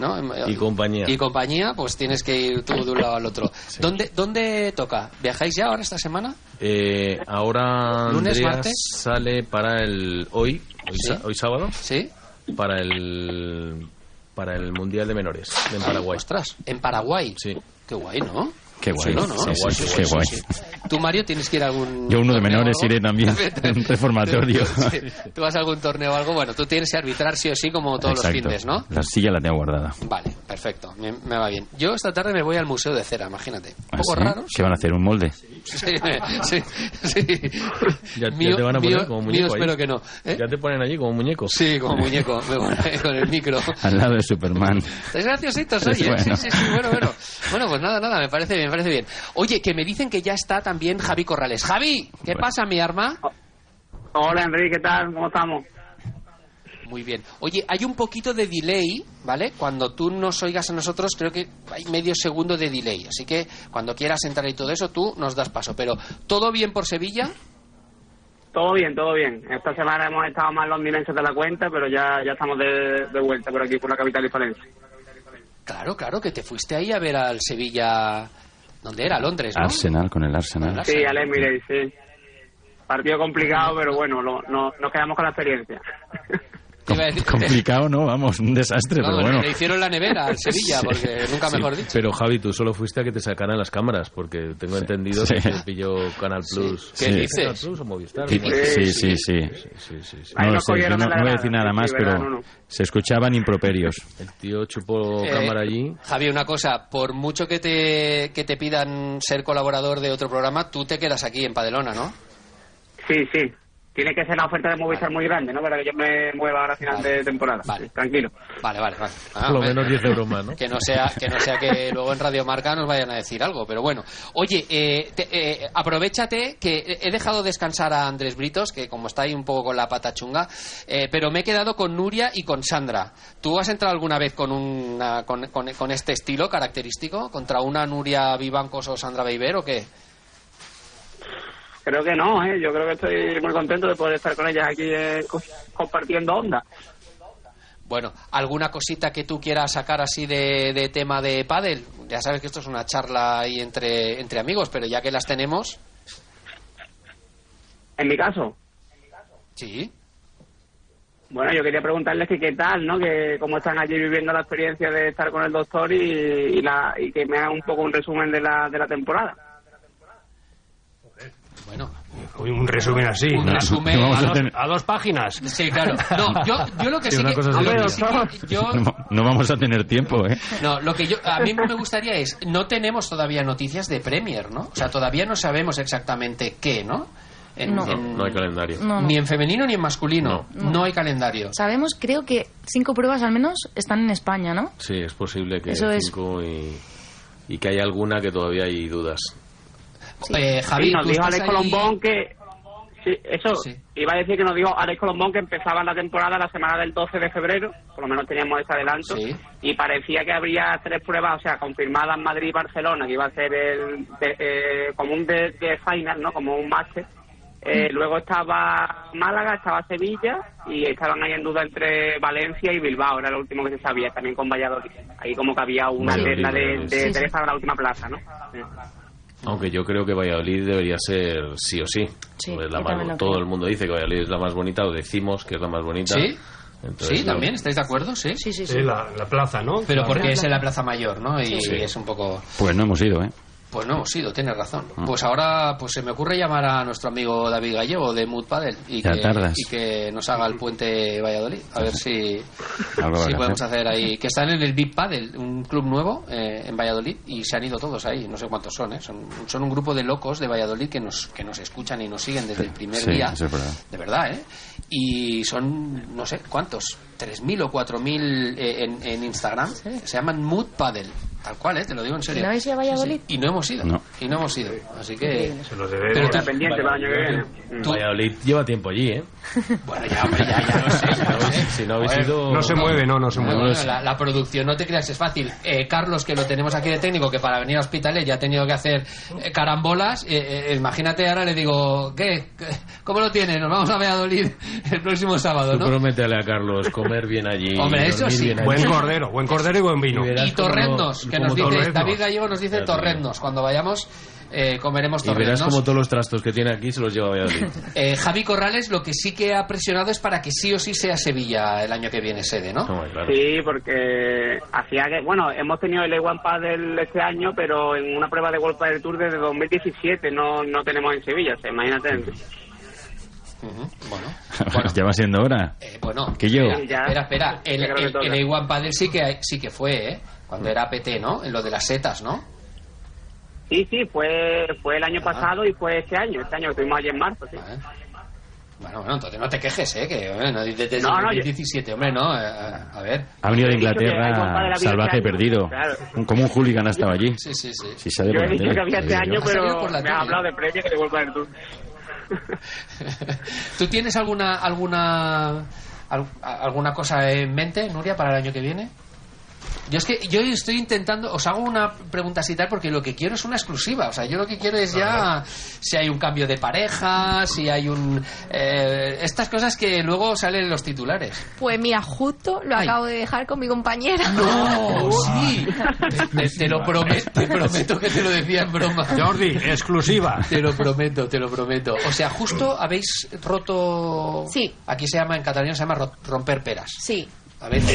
¿no?
Y compañía.
Y compañía, pues tienes que ir tú de un lado al otro. ¿Dónde, ¿Dónde toca? ¿Viajáis ya ahora esta semana?
Eh, ahora
¿Lunes,
Andreas
martes?
sale para el hoy, hoy,
Sí.
sa- hoy sábado,
sí,
para el para el mundial de menores en Paraguay.
Ostras, en Paraguay. Sí. Qué guay, ¿no?
Qué guay.
Sí, ¿no? ¿no?
Sí, sí,
Sí, sí,
qué
sí,
guay.
sí. Tú, Mario, tienes que ir a algún.
Yo uno de
torneo o
menores
algo?
iré también, un reformatorio.
Sí. Tú vas a algún torneo o algo, bueno, tú tienes que arbitrar sí o sí como todos los
Exacto.
fines, ¿no?
La silla la tengo guardada.
Vale, perfecto, me, me va bien. Yo esta tarde me voy al Museo de Cera, imagínate. Un
¿Ah,
poco
sí?
raro.
¿Qué van a hacer? ¿Un molde?
Sí, sí, sí.
Ya, ya
Mío-
te van a poner
mío-
como
mío
muñeco. ahí.
espero que no. ¿Eh?
Ya te ponen allí como muñeco.
Sí, como muñeco, me ponen ahí con el micro.
Al lado de Superman.
Estáis graciositos, oye.
Bueno.
Sí, sí, sí, bueno, bueno. Bueno, pues nada, nada, me parece bien, me parece bien. Oye, que me dicen que ya está también Javi Corrales. Javi, ¿qué pasa, mi arma?
Hola Enrique, ¿qué tal? ¿Cómo estamos?
Muy bien. Oye, hay un poquito de delay, ¿vale? Cuando tú nos oigas a nosotros, creo que hay medio segundo de delay. Así que cuando quieras entrar y todo eso, tú nos das paso. Pero, ¿todo bien por Sevilla?
Todo bien, todo bien. Esta semana hemos estado más londinenses de la cuenta, pero ya, ya estamos de, de vuelta por aquí, por la capital y Valencia.
Claro, claro, que te fuiste ahí a ver al Sevilla. ¿Dónde era? Londres,
Ah,
¿no?
Arsenal, con el Arsenal.
Sí, al Emirates, sí. Partido complicado, pero bueno, lo- no- nos quedamos con la experiencia.
Te iba a decir-
Complicado, ¿no? Vamos, un desastre,
Vamos,
pero bueno.
Le hicieron la nevera al Sevilla, porque nunca
Sí,
mejor dicho.
Pero Javi, tú solo fuiste a que te sacaran las cámaras, porque tengo entendido
Sí.
que te pilló Canal Plus.
Sí.
¿Qué
Sí.
dices? Canal Plus o Movistar,
Sí,
¿no?
sí, sí. No, lo sé, yo no, no voy a decir nada más, pero se escuchaban improperios.
El tío chupó
Eh,
cámara allí.
Javi, una cosa, por mucho que te, que te pidan ser colaborador de otro programa, tú te quedas aquí en Padelona, ¿no?
Sí, sí. Tiene que ser la oferta de Movistar muy grande, ¿no? Para que yo me mueva ahora a final de temporada. Tranquilo.
Vale, vale, vale. Ah,
Por lo
hombre,
menos 10 euros más, ¿no?
Que no, sea, que no sea que luego en Radio Marca nos vayan a decir algo, pero bueno. Oye, eh, te- eh, aprovechate que he dejado descansar a Andrés Britos, que como está ahí un poco con la pata chunga, eh, pero me he quedado con Nuria y con Sandra. ¿Tú has entrado alguna vez con, una, con, con- con este estilo característico contra una Nuria Vivancos o Sandra Beiber o qué?
Creo que no, ¿eh? Yo creo que estoy muy contento de poder estar con ellas aquí eh, co- compartiendo onda.
Bueno, ¿alguna cosita que tú quieras sacar así de, de tema de pádel? Ya sabes que esto es una charla ahí entre, entre amigos, pero ya que las tenemos,
En mi caso,
sí.
Bueno, yo quería preguntarles que qué tal, ¿no? Que cómo están allí viviendo la experiencia de estar con el doctor y, y la, y que me hagan un poco un resumen de la, de la temporada.
Uy, Un resumen así.
Un
¿no?
resumen.
a,
Vamos a
dos,
tener-
a dos páginas.
Sí, claro. No, yo, yo lo que
Sí,
sí
una
que-
cosa así.
lo que
Hombre,
sí que- yo-
No, no vamos a tener tiempo, ¿eh?
no, lo que yo a mí me gustaría es no tenemos todavía noticias de Premier, ¿no? O sea, todavía no sabemos exactamente qué, ¿no? En-
No.
en-
No hay calendario.
No, no.
Ni en femenino ni en masculino. No, hay calendario.
Sabemos, creo que cinco pruebas al menos están en España, ¿no?
Sí, es posible que
Eso es.
cinco y, y que hay alguna que todavía hay dudas.
Eh, Javi,
Sí, nos
tú
dijo
estás
Alex
ahí-
Colombón que... Sí, eso, iba a decir que nos dijo Alex Colombón que empezaba la temporada la semana del 12 de febrero, por lo menos teníamos ese adelanto, y parecía que habría tres pruebas, o sea, confirmadas Madrid y Barcelona, que iba a ser el, de- eh, como un de, de final, ¿no? Como un máster.
Mm.
Eh, luego estaba Málaga, estaba Sevilla y estaban ahí en duda entre Valencia y Bilbao, era lo último que se sabía, también con Valladolid. Ahí como que había una
Valladolid,
terna de,
Valladolid.
de
Sí, sí.
tres para la última plaza, ¿no? Sí.
Aunque yo creo que Valladolid debería ser sí o sí.
Sí,
Pues la
yo
más-
también lo
todo
creo.
el mundo dice que Valladolid es la más bonita, o decimos que es la más bonita.
Sí.
Entonces,
sí,
yo-
también, ¿estáis de acuerdo? Sí, sí,
Sí, sí. la- la plaza, ¿no?
Pero
La
porque
plaza.
es en la Plaza Mayor, ¿no? Y
Sí.
es un poco...
Pues no hemos ido, ¿eh?
Pues no hemos ido, tienes razón. Pues ahora pues se me ocurre llamar a nuestro amigo David Gallego de Mood Padel y,
Ya
que,
tardas.
y que nos haga el puente Valladolid. A ver si,
Algo
si
habrá que
podemos
hacer.
hacer ahí. Que están en el Big Padel, un club nuevo eh, en Valladolid y se han ido todos ahí. No sé cuántos son, ¿eh? Son, son un grupo de locos de Valladolid que nos, que nos escuchan y nos siguen desde el primer
Sí,
día.
eso es verdad.
De verdad, ¿eh? Y son, no sé, ¿cuántos? 3.000 o 4.000 eh, en, en Instagram. Se llaman Mood Paddle. Tal cual, ¿eh? Te lo digo en serio.
¿Y no habéis ido a Valladolid?
Y no hemos ido. Y no hemos ido. Así que...
Se los
debemos.
Pero
Está
tú-
pendiente para el año que viene. Tú-
Valladolid lleva tiempo allí, ¿eh?
Bueno, ya, hombre, ya, ya lo sé. ya lo sé.
Si no habéis
Joder,
ido...
No se mueve, no, no se
Bueno,
mueve.
Ah, bueno, la, la producción, no te creas, es fácil. Eh, Carlos, que lo tenemos aquí de técnico, que para venir a hospitales ya ha tenido que hacer eh, carambolas. eh, eh, imagínate, ahora le digo, ¿qué? ¿Qué? ¿Cómo lo tienes? Nos vamos a Valladolid el próximo sábado,
Tú
¿no?
prométele a Carlos comer bien allí.
Hombre,
dormir
eso sí.
bien allí.
Buen cordero, buen cordero y buen vino.
Y torrendos, que nos dice, David Gallego nos dice
Ya te digo.
torrendos. Cuando vayamos, eh, comeremos
Y verás
torrenos.
como todos los trastos que tiene aquí se los lleva Valladolid.
Eh, Javi Corrales lo que sí que ha presionado es para que sí o sí sea Sevilla el año que viene sede, ¿no?
Sí, porque hacía que, bueno, hemos tenido el A1 Padel este año, pero en una prueba de World del Tour desde 2017 no, no tenemos en Sevilla, o sea, imagínate.
Ujú, Bueno, Eh,
ya va siendo hora.
bueno.
Que yo.
Espera, espera, espera. El,
creo que
el,
toca.
el A1 Padel sí que, sí que fue, ¿eh? Cuando era PT, ¿no? En lo de las setas, ¿no?
Sí, sí, fue, fue el año pasado y fue este año, este año que tuvimos allí en marzo, sí.
Bueno, bueno, entonces no te quejes, ¿eh? Que eh, no, desde desde
No, no, yo-
2017, hombre, no. eh, a a ver.
Ha venido de
Yo he dicho que hay compadre de la
Inglaterra
vida
salvaje
este año.
perdido.
Claro.
Un- Como un hooligan ha estado allí.
Sí, sí, sí.
Si sale por la tele, te digo yo.
este me has hablado de premio que de World del Tour.
¿Tú tienes alguna alguna al- alguna cosa en mente, Nuria, para el año que viene? Yo es que yo estoy intentando, os hago una pregunta así tal porque lo que quiero es una exclusiva, o sea, yo lo que quiero es ya si hay un cambio de pareja, si hay un eh, estas cosas que luego salen en los titulares.
Pues mira, justo lo acabo de dejar con mi compañera.
No, sí. Te, te lo prometo, te prometo que te lo decía en broma. Jordi, exclusiva. Te lo prometo, te lo prometo. O sea, justo habéis roto.
Sí.
Aquí se llama, en catalán se llama ro- romper peras.
Sí.
Habéis.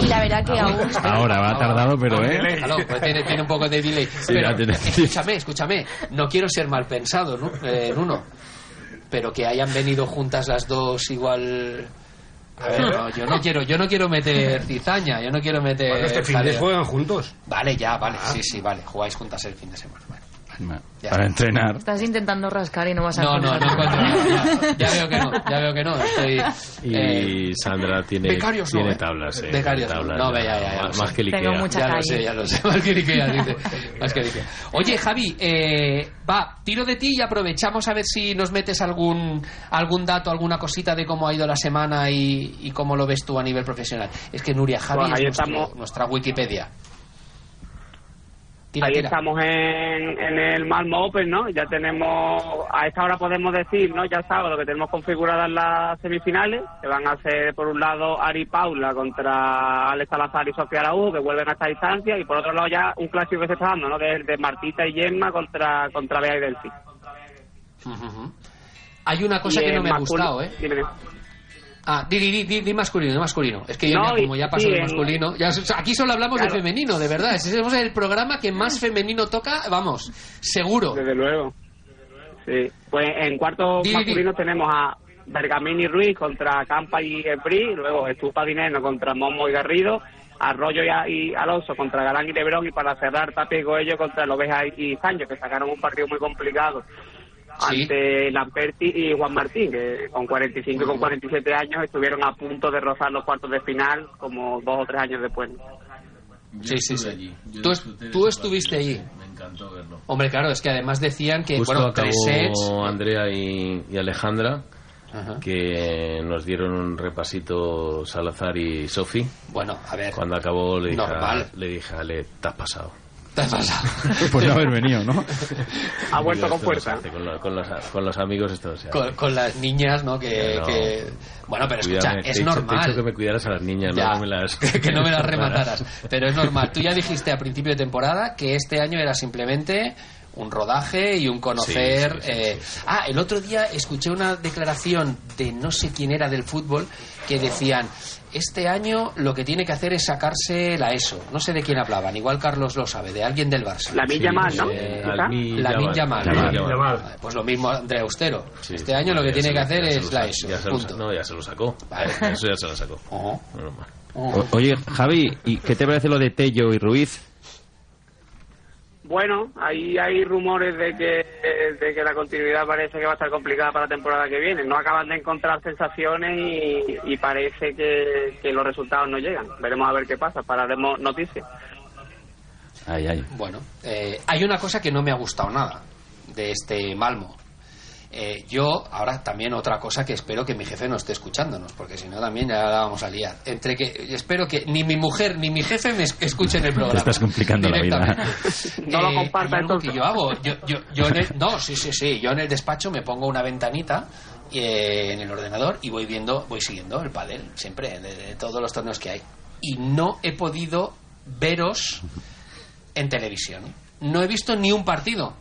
Y la verdad que aún...
Ahora va tardado, pero eh.
Ah, Claro, pues tiene, tiene un poco de delay.
Sí,
Pero,
ya tiene-
escúchame, escúchame. No quiero ser mal pensado, ¿no? Eh, Nuno. Pero que hayan venido juntas las dos igual. A ver, no, yo no quiero, yo no quiero meter cizaña, yo no quiero meter.
Bueno, este fin de
jaleo.
juegan juntos. Ah.
Vale, ya, vale, sí, sí, vale. Jugáis juntas el fin de semana. vale.
Para entrenar.
Estás intentando rascar y no vas a
No, no, no
encontrar.
encuentro. nada. Ya, ya veo que no, ya veo que no. Estoy. eh,
Y Sandra tiene,
Becarios no,
tiene
¿eh?
tablas. eh,
Becarios
tiene
no.
tablas,
No, ve, ya, ya, ya,
más,
lo
más
sé.
que el
Tengo
Ikea.
mucha Ya lo calle. sé, ya lo sé, más que el Ikea, dice. Más que dije. Oye, Javi, eh, va, tiro de ti y aprovechamos a ver si nos metes algún, algún dato, alguna cosita de cómo ha ido la semana y, y cómo lo ves tú a nivel profesional. Es que Nuria Javi
Pues ahí
es nuestro-
estamos.
nuestra Wikipedia.
Ahí
tira.
estamos en, en el Malmo Open, ¿no? Ya tenemos, a esta hora podemos decir, ¿no? Ya sábado que tenemos configuradas las semifinales, que van a ser por un lado Ari Paula contra Alex Salazar y Sofía Araújo, que vuelven a esta distancia, y por otro lado ya un clásico que se está dando, ¿no? De, de Martita y Gemma contra, contra Bea y Delphi.
Ujú. Hay una cosa
Y
que
en
no me ha
masculino-
gustado, ¿eh?
Dime, dime.
Ah, di, di, di, di- di masculino, di masculino. Es que yo
No,
ya, como
y-
ya pasó
sí,
el
en-
masculino, ya, o sea, aquí solo hablamos de
Claro.
femenino, de verdad. Ese es el programa que más femenino toca, vamos, seguro.
Desde luego. Sí. Pues en cuarto
Di, di, di.
masculino tenemos a Bergamini Ruiz contra Campa y Ebrí, luego Estupa Dineno contra Momo y Garrido, Arroyo y, A- y Alonso contra Galán y Lebrón y para cerrar Tapia y Goello contra Lobeja y, y Sancho, que sacaron un partido muy complicado ante Lamperti y Juan Martín, que con 45 y con 47 años estuvieron a punto de rozar los cuartos de final como dos o tres años después.
Sí, sí, sí. Tú, es- tú estuviste allí. Me encantó verlo. Hombre, claro, es que además decían que,
Justo
bueno,
acabó
tres sets.
Andrea y, y Alejandra, que nos dieron un repasito Salazar y Sofi.
Bueno, a ver.
Cuando acabó le dije, a,
Normal.
le dije a Ale, te has pasado.
Te has pasado.
Por Pues no haber venido, ¿no?
Ha vuelto
Esto
con
no se
fuerza.
hace, Con, lo- con los, con los amigos esto no se hace.
Con, con las niñas, ¿no? Que,
No.
que- Bueno, pero escucha,
Cuídame, te he
es
dicho- te he
normal.
dicho que me cuidaras a las niñas,
Ya.
no que me las...
que no me las remataras. Pero es normal. Tú ya dijiste a principio de temporada que este año era simplemente un rodaje y un conocer.
Sí, sí, sí,
eh, Ah, el otro día escuché una declaración de no sé quién era del fútbol que decían: Este año lo que tiene que hacer es sacarse la ESO. No sé de quién hablaban, igual Carlos lo sabe, de alguien del Barça.
La Milla Mal, ¿no? Quizá.
la Milla Mal.
eh, Yamal.
Pues lo mismo Andrea Austero.
Sí,
este año lo que
ya
tiene
se
que
lo-
hacer
ya se
es
lo
la
sa-
ESO.
ya se lo
punto.
sa- no, ya se lo sacó. Eso ya se lo sacó. Normal.
O-
Oye, Javi, ¿y qué te parece lo de Tello y Ruiz?
Bueno, ahí hay rumores de que, de que la continuidad parece que va a estar complicada para la temporada que viene. No acaban de encontrar sensaciones y, y parece que, que los resultados no llegan. Veremos a ver qué pasa, pararemos noticias.
Ay, ay.
Bueno, eh, hay una cosa que no me ha gustado nada de este Malmo. Eh, yo, ahora también otra cosa que espero que mi jefe no esté escuchándonos, porque si no también ya la vamos a liar. Entre que espero que ni mi mujer ni mi jefe me es- escuchen el programa.
Te estás complicando la vida.
No lo comparta entonces. Eh, Que yo hago, yo, yo, yo en el- no, sí, sí, sí. Yo en el despacho me pongo una ventanita eh, en el ordenador y voy viendo, voy siguiendo el pádel siempre de, de todos los torneos que hay. Y no he podido veros en televisión. no he visto ni un partido.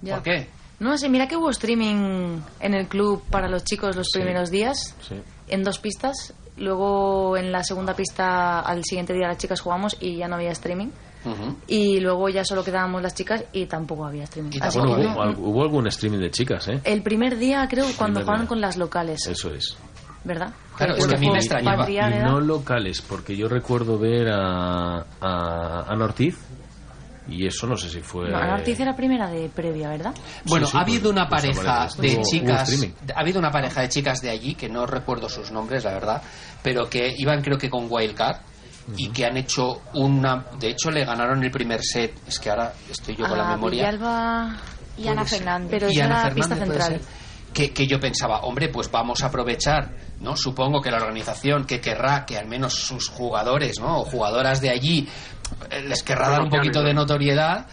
Ya.
¿Por qué?
No sé, mira que hubo streaming en el club para los chicos los primeros días, en dos pistas. Luego en la segunda pista al siguiente día las chicas jugamos y ya no había streaming. Y luego ya solo quedábamos las chicas y tampoco había streaming. Así
Ah, Bueno,
que
hubo,
no-
al- hubo algún streaming de chicas, ¿eh?
el primer día creo cuando
Primer
jugaron
día.
con las locales,
Eso es.
¿verdad?
Claro,
Creo
es que a mí
fue
me extrañaba.
Patria
Y
Areda.
no locales, porque yo recuerdo ver a, a Ana Ortiz y eso no sé si fue...
No, Ana Ortiz era primera de previa, ¿verdad?
Bueno,
Sí, sí,
ha habido
pues,
una
pues,
pareja
aparece. Hubo-
de
hubo
chicas,
streaming.
ha habido una pareja de chicas de allí que no recuerdo sus nombres, la verdad, pero que iban creo que con Wildcard y que han hecho una, de hecho le ganaron el primer set, es que ahora estoy yo con la
A
memoria.
Ah, Villalba y
Ana Fernández.
Pero
Y
esa
Ana
era la
Fernández,
pista
puede
central.
ser. que, que yo pensaba, hombre, pues vamos a aprovechar, ¿no? Supongo que la organización que querrá que al menos sus jugadores, ¿no? O jugadoras de allí eh, les querrá dar un poquito de notoriedad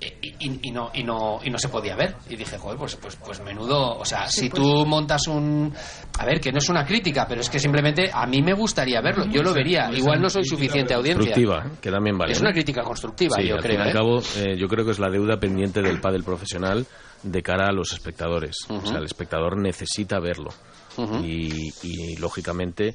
eh, y, y- y no y no y no se podía ver y dije joder pues pues pues menudo o sea
Sí,
si
pues.
tú montas un a ver que no es una crítica pero es que simplemente a mí me gustaría verlo yo lo
Puede ser-
vería
puede ser
igual
una
no soy
crítica,
suficiente
pero
audiencia
Constructiva, ¿eh? que también vale.
es
¿no?
una crítica constructiva
Sí,
yo
al
creo
fin y al
¿eh?
cabo, eh, yo creo que es la deuda pendiente del pádel profesional de cara a los espectadores. O sea, el espectador necesita verlo. y, y, lógicamente,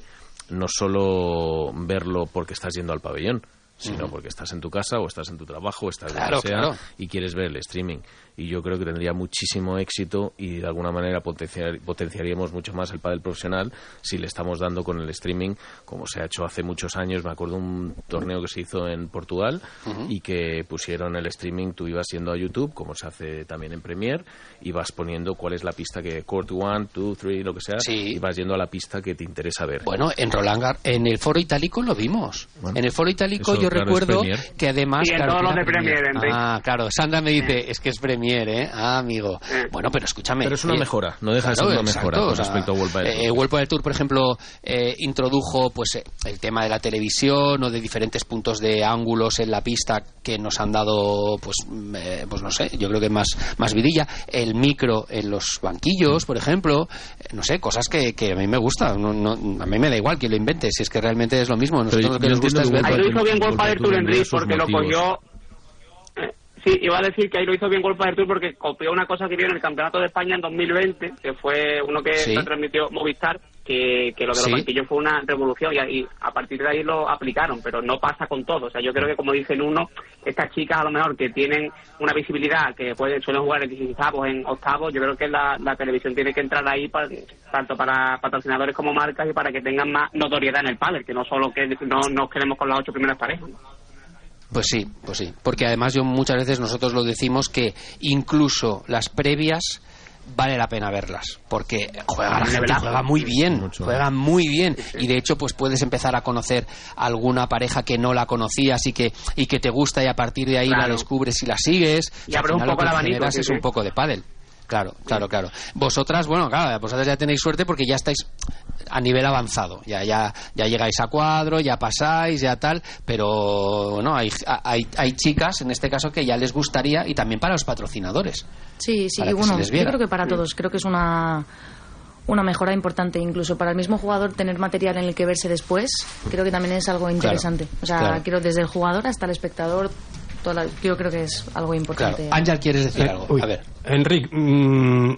no solo verlo porque estás yendo al pabellón, sino
Ujú.
porque estás en tu casa o estás en tu trabajo o estás
Claro,
donde sea
claro.
y quieres ver el streaming. Y yo creo que tendría muchísimo éxito y de alguna manera potenciar- potenciaríamos mucho más el pádel profesional si le estamos dando con el streaming, como se ha hecho hace muchos años. Me acuerdo un torneo que se hizo en Portugal
Ujú.
y que pusieron el streaming, tú ibas yendo a YouTube, como se hace también en Premiere, y vas poniendo cuál es la pista que court one, two, three, lo que sea, y vas yendo a la pista que te interesa ver.
Bueno, en Roland Gar- en el Foro Itálico lo vimos. en el Foro Itálico
eso,
yo
claro,
recuerdo
es Premier.
que además...
Y en todos
que
los
era
de Premier, Enrique.
Ah, claro. Sandra me dice, es que es Premier, ¿eh? Ah, amigo. Bueno, pero escúchame.
Pero es una mejora, no deja de ser una mejora con respecto a World Padel Tour.
eh, World Padel Tour, por ejemplo, eh, introdujo pues eh, el tema de la televisión o de diferentes puntos de ángulos en la pista que nos han dado, pues, mm, eh, pues no sé, yo creo que más, más vidilla. El micro en los banquillos, por ejemplo, eh, no sé, cosas que, que a mí me gustan. No, no- a mí me da igual que lo invente, si es que realmente es lo mismo. Nosotros
Pero
lo que
yo
nos gusta es
entiendo
ver.
que
Ahí lo hizo bien World Padel
World Padel
Tour,
Tour
Enrique,
tendría sus
porque lo
motivos.
cogió... Eh, Sí, iba a decir que ahí lo hizo bien World Padel Tour porque copió una cosa que vio en el Campeonato de España en 2020, que fue uno que
Sí.
se transmitió Movistar, que, que lo de los
Sí.
banquillos fue una revolución y, ahí- a partir de ahí lo aplicaron, pero no pasa con todo. O sea, yo creo que como dicen uno, estas chicas a lo mejor que tienen una visibilidad, que pueden, suelen jugar en 16 avos, en octavos, yo creo que la, la televisión tiene que entrar ahí para, tanto para patrocinadores como marcas y para que tengan más notoriedad en el pádel, que no solo que no nos quedemos con las ocho primeras parejas.
Pues sí, pues sí. Porque además yo muchas veces nosotros lo decimos que incluso las previas vale la pena verlas porque juega la gente
Nivelazo.
juega muy bien juega muy bien y de hecho pues puedes empezar a conocer alguna pareja que no la conocías y que y que te gusta y a partir de ahí la
Claro.
descubres y la sigues
Y
O sea,
abre
al
un
final lo
poco
que
el abanico,
generas
sí,
es
sí.
un poco de pádel claro claro claro vosotras bueno claro vosotras ya tenéis suerte porque ya estáis a nivel avanzado. Ya, ya, ya llegáis a cuadro, ya pasáis, ya tal, pero no, hay, hay, hay chicas en este caso que ya les gustaría y también para los patrocinadores.
Sí, sí,
para
y
que se
bueno,
les
yo
viera.
creo que para
Mm.
todos, creo que es una, una mejora importante, incluso para el mismo jugador tener material en el que verse después, creo que también es algo interesante. o sea,
claro.
quiero desde el jugador hasta el espectador, toda la- yo creo que es algo importante.
Ángel, ¿quieres decir
Eh,
algo?
uy,
A ver.
Enric, mm,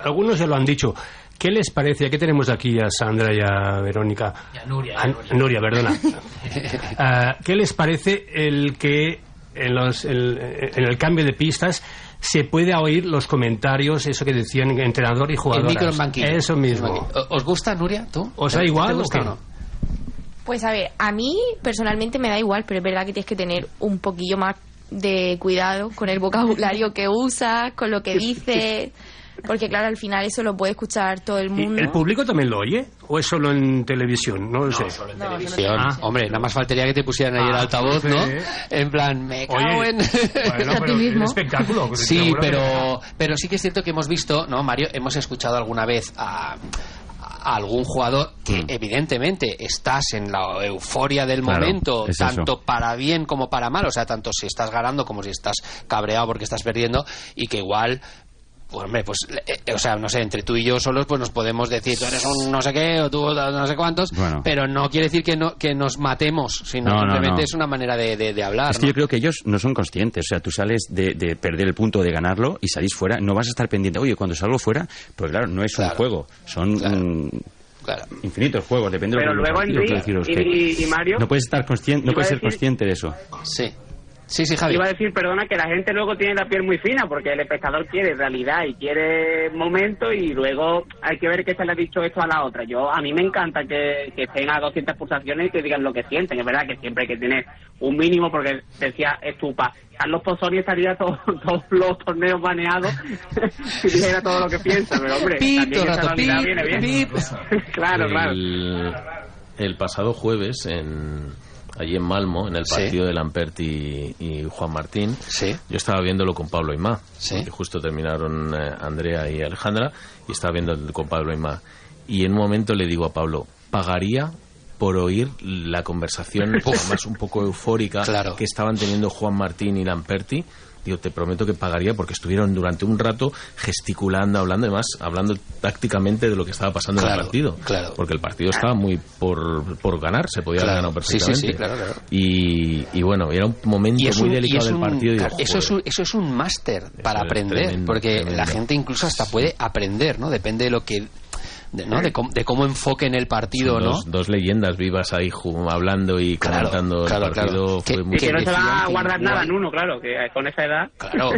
algunos ya lo han dicho. ¿Qué les parece? ¿Qué tenemos aquí a Sandra y a Verónica?
a Nuria,
A- Nuria, perdona. Ah, ¿Qué les parece el que en, los- el- en el cambio de pistas se pueda oír los comentarios, eso que decían entrenador y
El
jugador?
micro en banquillo.
Eso
El
mismo.
banquillo. ¿Os gusta, Nuria, tú?
¿Os da
¿Te-
igual
¿Te
o
gusta o
qué?
no?
Pues a ver, a mí personalmente me da igual, pero es verdad que tienes que tener un poquillo más de cuidado con el vocabulario que usas, con lo que dices, porque claro, al final eso lo puede escuchar todo el
¿Y
mundo.
¿El público también lo oye? ¿O es solo en televisión? No lo sé.
Televisión. Hombre, nada más faltaría que te pusieran ahí el
Ah,
altavoz, ¿no?
sí.
En plan, me
Oye,
cago en...
bueno, pero es un espectáculo.
Sí,
seguro que-
pero, pero sí que es cierto que hemos visto, ¿no, Mario? Hemos escuchado alguna vez a, a algún jugador que, evidentemente, estás en la euforia del
Claro,
momento,
es eso.
tanto para bien como para mal, o sea, tanto si estás ganando como si estás cabreado porque estás perdiendo, y que igual Pues, hombre, pues, eh, eh, o sea, no sé, entre tú y yo solos, pues nos podemos decir, tú eres un no sé qué o tú no sé cuántos,
Bueno.
pero no quiere decir que, no, que nos matemos, sino
No, no,
simplemente
no.
es una manera de, de- de hablar.
Es que yo creo que ellos no son conscientes. O sea, tú sales de, de perder el punto de ganarlo y salís fuera. No vas a estar pendiente. Oye, cuando salgo fuera, pues claro, no es un juego. Son mm, infinitos juegos. Depende
Pero
de lo que
luego,
lo que
Enric,
deciros
y-
que-
y Mario,
No puedes estar consciente. No
iba
puedes
a
ser
decir-
consciente de eso.
Sí. Sí, sí, Javi.
Iba a decir, perdona, que la gente luego tiene la piel muy fina, porque el espectador quiere realidad y quiere momento y luego hay que ver qué se le ha dicho esto a la otra. Yo A mí me encanta que, que estén a 200 pulsaciones y que digan lo que sienten. Es verdad que siempre hay que tener un mínimo, porque decía Estupa, Carlos Pozzoni estaría todo- todos los torneos baneados si dijera todo lo que piensa, pero hombre,
Pip,
también
todo el
esa
rato,
realidad
pip,
viene bien.
pip.
claro, claro.
El, el pasado jueves, en, allí en Malmo, en el
Sí.
partido de Lamperti y, y Juan Martín, yo estaba viéndolo con Pablo Aymá, porque justo terminaron eh, Andrea y Alejandra, y estaba viendo con Pablo Aymá. Y en un momento le digo a Pablo, pagaría por oír la conversación además un poco eufórica que estaban teniendo Juan Martín y Lamperti. Digo, te prometo que pagaría porque estuvieron durante un rato gesticulando, hablando, además hablando tácticamente de lo que estaba pasando en el
Claro,
partido.
claro.
Porque el partido estaba muy por, por ganar, se podía
Claro,
haber ganado
sí, sí,
perfectamente.
sí, claro, claro.
Y, y bueno, era un momento
Y es
muy
un- y
delicado
es
del
un-
partido. y digo,
claro, eso, es un, eso es un máster para
es
aprender,
tremendo,
porque la
tremendo.
gente incluso hasta puede aprender, ¿no? Depende de lo que... De, ¿no? de, cómo, de cómo enfoquen el partido,
Eh. Son
¿no?
dos, dos leyendas vivas ahí ju- hablando y
Claro,
comentando
claro,
el partido.
claro. Que-
Fue muy
Y que no se va a
que
guardar
igual-
nada en uno, claro, que con esa edad.
Claro.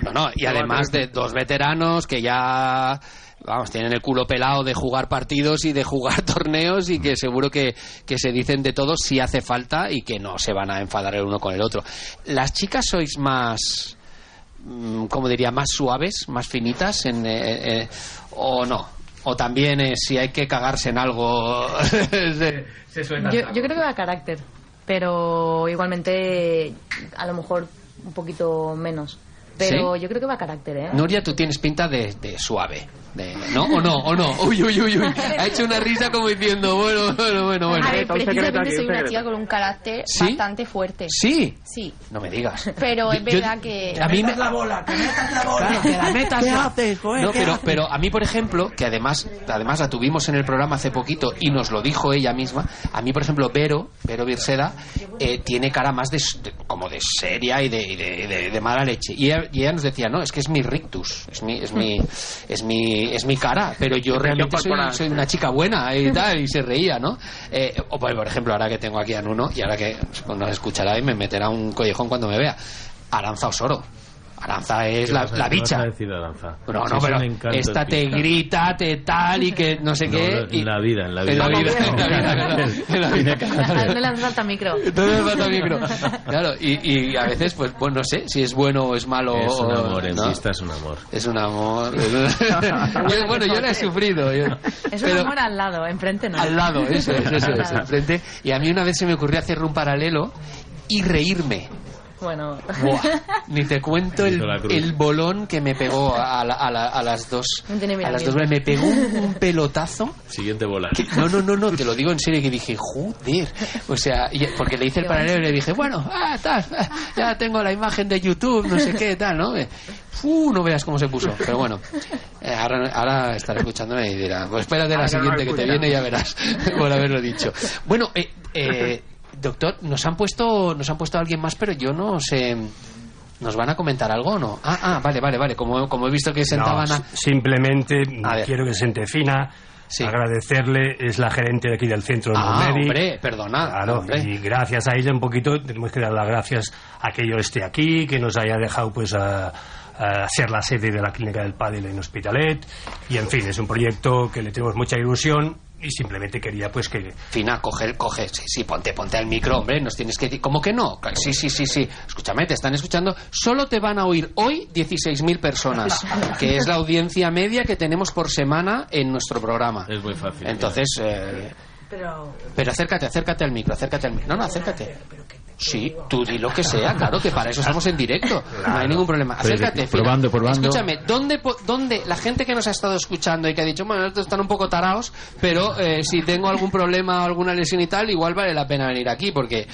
No, no, y además de dos veteranos que ya, vamos, tienen el culo pelado de jugar partidos y de jugar torneos y que seguro que, que se dicen de todo si hace falta y que no se van a enfadar el uno con el otro. ¿Las chicas sois más, mm, como diría, más suaves, más finitas en, eh, eh, o no? O también eh, si hay que cagarse en algo se, se suelta
Yo,
el
yo creo que va a carácter, pero igualmente a lo mejor un poquito menos. Pero
¿Sí?
yo creo que va a carácter, ¿eh?
Nuria, tú tienes pinta de, de suave. de- ¿No? ¿O no? ¿O no? Uy, uy, uy, uy. Ha hecho una risa como diciendo, bueno, bueno, bueno, bueno.
A ver, precisamente soy una chica con un carácter
¿Sí?
bastante fuerte.
Sí.
Sí.
No me digas.
Pero es
Yo- yo-
verdad que...
a mí me-
¿Qué
No, pero, pero a mí, por ejemplo, que además, además la tuvimos en el programa hace poquito y nos lo dijo ella misma, a mí, por ejemplo, Vero, Vero Virseda, eh, tiene cara más de, s- de- como de seria y de, y de- de- de mala leche. Y ella, y ella nos decía, no, es que es mi rictus, es mi, es mi, es mi, es mi cara, pero yo realmente soy,
corporal.
soy una chica buena y tal, y se reía, ¿no? Eh, o por por ejemplo, ahora que tengo aquí a Nuno y ahora que nos escuchará y me meterá un collejón cuando me vea, Aranza Osoro. Aranza es
¿Qué
la,
vas a-
la
qué vas
bicha.
a decir de Aranza?
No,
Si
no,
eso
pero
me encanta,
esta
es
te
bicha.
grita, te tal y que no sé
No,
qué. y-
en la vida, en la vida.
en la vida, en la vida, claro, en la vida.
No le hace falta micro.
No me falta micro. Claro, y, y a veces, pues, pues no sé si es bueno o es malo.
Es un
o-
amor, en
¿no?
pista es un amor.
Es un amor. Yo- bueno, yo la he sufrido. yo-
Es un
pero-
amor al lado, enfrente no.
al lado, eso es, eso
Al
es,
lado.
enfrente. Y a mí una vez se me ocurrió hacer un paralelo y reírme.
Bueno.
Buah, ni te cuento el, el bolón que me pegó a, la- a la- a las dos.
No tiene
A las dos
miramiento.
me pegó un, un pelotazo.
Siguiente bola.
que- no, no, no, no, te lo digo en serio que dije, joder. O sea, y- porque le hice el paralelo y le dije, bueno, ah, tal, ah, ya tengo la imagen de YouTube, no sé qué, tal, ¿no? Eh, fu, no veas cómo se puso. Pero bueno, eh, ahora, ahora estará escuchándome y dirá, pues espérate la
Ahora Ah, no lo
siguiente que te
escucha.
viene y ya verás, por haberlo dicho. Bueno, eh, eh, doctor, nos han puesto, nos han puesto a alguien más, pero yo no sé. ¿Nos van a comentar algo o no? Ah, ah, vale, vale, vale. Como, como he visto que sentaban
No,
a...
s- Simplemente quiero que se gente fina. Agradecerle, es la gerente de aquí del centro de
Ah,
Numeri.
hombre, perdona.
Claro, y gracias a ella un poquito tenemos que dar las gracias a que yo esté aquí, que nos haya dejado pues a, a ser la sede de la clínica del pádel en Hospitalet y en fin, es un proyecto que le tenemos mucha ilusión y simplemente quería pues que
Fina, coge, coge, sí, sí, ponte, ponte al micro, hombre, nos tienes que decir, ¿cómo que no? Claro, Sí, sí, sí, sí, escúchame, te están escuchando, solo te van a oír hoy 16.000 personas, que es la audiencia media que tenemos por semana en nuestro programa.
Es muy fácil.
Entonces, eh,
Pero...
pero acércate, acércate al micro, acércate al micro. No, no, acércate. Sí, tú di lo que sea, claro, que para eso estamos en directo. No hay ningún problema.
Pero
Acércate,
es que- probando,
Fina.
probando.
Escúchame, ¿dónde, po- ¿dónde la gente que nos ha estado escuchando y que ha dicho, bueno, estos están un poco taraos, pero eh, si tengo algún problema, alguna lesión y tal, igual vale la pena venir aquí, porque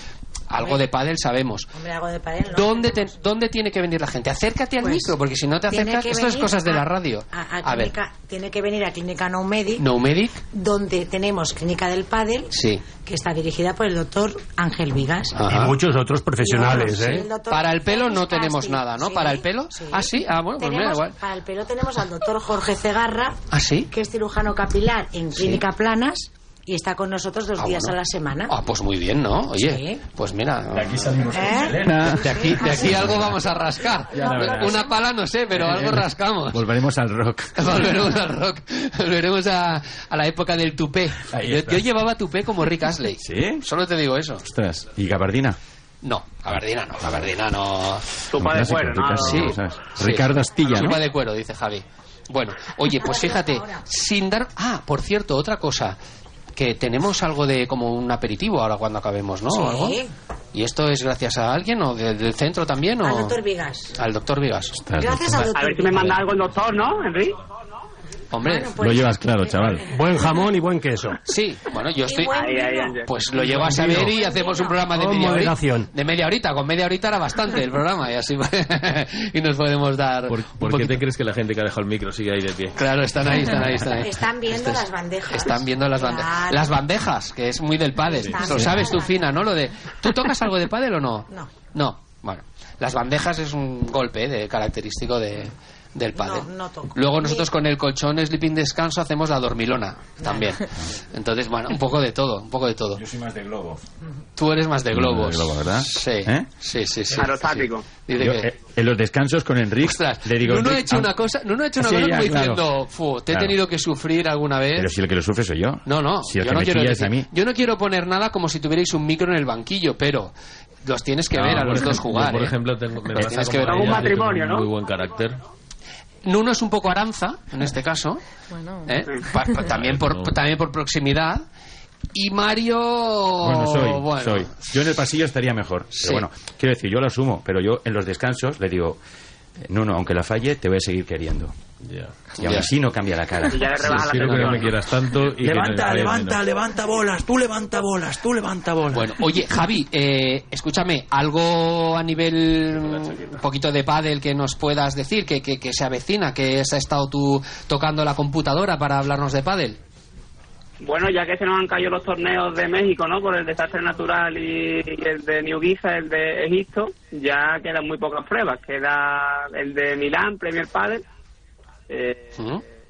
Algo de pádel sabemos.
Hombre, algo de pádel, ¿no?
¿Dónde, te- ¿Dónde tiene que venir la gente? Acércate al
Pues,
micro, porque si no te
tiene
acercas,
que
esto es
venir
cosas de
a-
la radio.
A, a
A ver,
clínica- Tiene que venir a Clínica No Medic,
¿no medic?
donde tenemos Clínica del Padel,
Sí.
que está dirigida por el doctor Ángel Vigas.
Y muchos otros profesionales,
Sí,
¿eh?
el doctor-
Para el pelo no tenemos
Casti,
nada, ¿no?
sí,
Para el pelo. Ah, sí. Ah, bueno, pues
Tenemos-
mira, igual.
Para el pelo tenemos al doctor Jorge Cegarra,
Ah, sí.
que es cirujano capilar en
Sí.
Clínica Planas y está con nosotros dos
Ah,
días
bueno.
a la semana.
Ah, pues muy bien, ¿no? Oye, pues mira. De aquí salimos
con ¿Eh? Selena.
De aquí, de aquí algo vamos a rascar.
Ya lo verás.
Una pala no sé,
Eh,
pero algo rascamos.
Volveremos al rock.
Volveremos al rock. Volveremos a, a la época del tupé.
Ahí
Yo,
está.
yo llevaba tupé como Rick Astley.
¿Sí?
Solo te digo eso.
Ostras, ¿y gabardina?
No, gabardina no, gabardina no.
Tupa de cuero, ¿no?
Sí,
¿sabes?
sí.
Ricardo Astilla, ¿no?
Tupa de cuero, dice Javi. Bueno, oye, pues fíjate, sin dar. Ah, por cierto, otra cosa. Que tenemos algo de como un aperitivo ahora cuando acabemos, pues ¿no?
Sí.
¿O algo? ¿Y esto es gracias a alguien o de- del centro también? O...
Al doctor Vigas.
Al doctor Vigas.
Gracias al doctor
A ver si me manda
A ver,
algo el doctor, ¿no, Enrique?
Hombre,
Lo llevas claro, chaval.
Buen jamón y buen queso.
Sí, bueno, yo estoy.
buen Ahí, ahí, ahí.
Pues lo llevo a saber y hacemos un programa de
Con
media horita.
moderación.
De media horita, con media horita era bastante el programa y así y nos podemos dar. un
¿Por qué
poquito-
te crees que la gente que ha dejado el micro sigue ahí de pie?
Claro, están ahí, están ahí, están ahí.
Están viendo las bandejas.
Este Están viendo las bandejas.
Claro.
Las bandejas, que es muy del pádel.
Están
Lo
viendo
sabes tú,
las
Fina, ¿no? Lo de... ¿Tú tocas algo de pádel o no?
No.
No. Bueno, las bandejas es un golpe eh, de, característico de, del pádel.
No, no toco.
Luego nosotros con el colchón sleeping descanso hacemos la dormilona también. Entonces, bueno, un poco de todo, un poco de todo. Yo soy más de globo. Tú eres más de globos.
De globo, ¿verdad?
Sí.
¿Eh?
Sí, sí, sí.
Aerostático.
Sí. Dice
Yo,
que-
eh, en los descansos con Enrique le digo...
Nuno ha
"Enric,
hecho
ah,
una cosa, Nuno ha hecho una
Sí,
cosa
ya,
como
claro.
diciendo, "Fu, te he
Claro.
tenido que sufrir alguna vez.
Pero si el que lo sufre soy yo.
No, no.
Si el
yo,
que
no
me
quiero
pilla es
decir-
a mí.
yo no quiero poner nada como si tuvierais un micro en el banquillo, pero los tienes que
No,
ver a
por
los dos
ejemplo,
jugar.
yo, por
¿eh?
ejemplo, tengo- me
Los
pasa
tienes
como
que ver.
a ella, yo tengo Muy
¿no?
buen carácter.
Nuno es un poco aranza, en este caso.
Bueno.
¿eh? Pa- pa- también, por, también por proximidad. Y Mario... Oh, Bueno,
Bueno, soy, soy. Yo en el pasillo estaría mejor.
Sí.
Pero bueno, quiero decir, yo lo asumo, pero yo en los descansos le digo, "Eh, no, no, aunque la falle, te voy a seguir queriendo. Y aún
Ya.
así no cambia la cara.
Y ya le rebaja Sí, la quiero que no tensión. me quieras tanto y que
Levanta,
no-
levanta,
levanta bolas, tú levanta bolas, tú levanta bolas.
Bueno, oye, Javi, eh, escúchame, algo a nivel mm, un poquito de pádel que nos puedas decir, que, que, que se avecina, que has estado tú tocando la computadora para hablarnos de pádel.
Bueno, ya que se nos han caído los torneos de México, ¿no? Por el desastre natural y, y el de New Giza, el de Egipto, ya quedan muy pocas pruebas. Queda el de Milán, Premier Padel. Eh,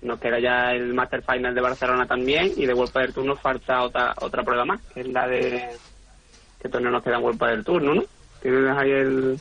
Nos queda ya el Master Final de Barcelona también. Y de World del Tour nos falta otra, otra prueba más, que es la de. ¿Qué torneo nos queda en World del Tour, no? Tienes ahí el.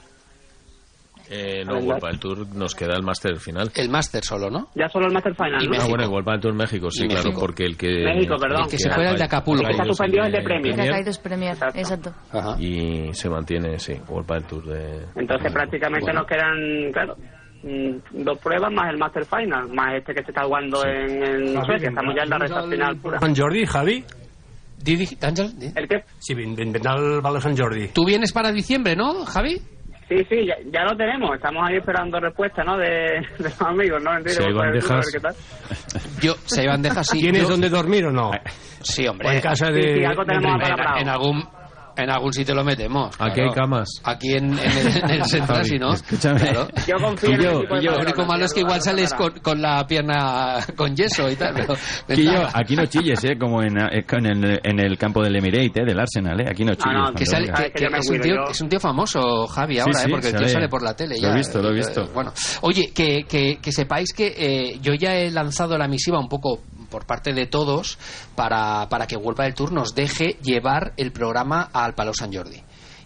Eh, no, World Padel Tour nos queda el máster final.
El máster solo, ¿no?
Ya solo el Master Final. ¿no?
Ah, bueno, el World Padel Tour México, sí,
Y
claro,
México.
porque el que...
México, perdón.
el
Que se fuera el de Acapulco. Está suspendido el de Premier.
El que ha caído es Premier, exacto.
Y se mantiene, sí, World Padel Tour de...
Entonces prácticamente nos quedan, claro, mm, dos pruebas más el Master Final, más este que se está jugando en, en
Javi,
Suecia. Estamos ya en la recta final pura.
Sant Jordi, Javi.
Didi, ¿eh?
¿El qué?
Sí, ben- vendrà el Val de Sant Jordi.
Tú vienes para diciembre, ¿no, Javi?
Sí, sí, ya, ya lo tenemos. Estamos ahí esperando respuesta, ¿no? De, de los amigos, ¿no? Enrique,
Si hay
vamos a ver,
bandejas.
a ver qué tal.
Yo, se iban dejas sí.
¿Tienes
yo-
dónde dormir o no?
Eh, Sí, hombre.
O en casa de- Sí, sí, algo tenemos
en,
apalabrado.
en algún en algún sitio lo metemos.
Aquí hay camas.
Aquí en, en el, en el central,
Javi,
si no.
escúchame.
Claro.
Yo confío en el Quillo, equipo de
Lo
Barcelona,
único malo es que igual sales con, con la pierna con yeso y tal. pero-
Quillo, aquí no chilles, ¿eh? Como en, eh, con el- en el campo del Emirate, ¿eh? Del Arsenal, ¿eh? Aquí no chilles.
Ah, no,
cuando
que sale-
vengas.
que- que es, un tío, es un tío famoso, Javi, ahora,
Sí,
¿eh?
sí,
porque el tío
sale.
sale por la tele.
Lo
ya,
he visto, lo he
eh,
visto.
Bueno, oye, que, que- que sepáis que eh, yo ya he lanzado la misiva un poco por parte de todos para, para que World del Tour nos deje llevar el programa al Palau San Jordi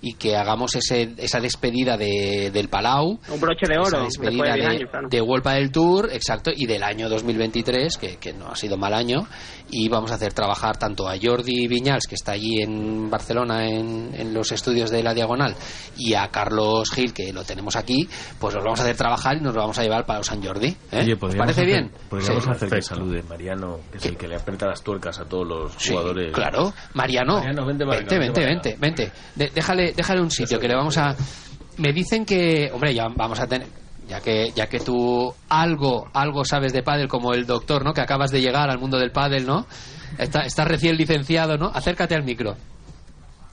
y que hagamos ese, esa despedida de, del Palau.
Un broche de oro,
esa
después
despedida
de
de,
10 años, claro.
de World del Tour, exacto, y del año 2023, que, que no ha sido mal año. Y vamos a hacer trabajar tanto a Jordi Viñals, que está allí en Barcelona, en, en los estudios de la Diagonal, y a Carlos Gil, que lo tenemos aquí, pues los vamos a hacer trabajar y nos lo vamos a llevar para San Jordi. ¿eh?
Oye,
¿Os
podríamos
parece
hacer-
bien?
Podríamos
Sí.
hacer que salude Mariano, que es el que le aprieta las tuercas a todos los jugadores.
Claro, Mariano, vente,
para
vente,
acá, vente
vente,
para
vente, De- déjale, déjale un sitio que le vamos a. Me dicen que, hombre, ya vamos a tener, ya que, ya que tú algo, algo sabes de pádel como el doctor, ¿no? Que acabas de llegar al mundo del pádel, ¿no? Está- estás recién licenciado, ¿no? Acércate al micro,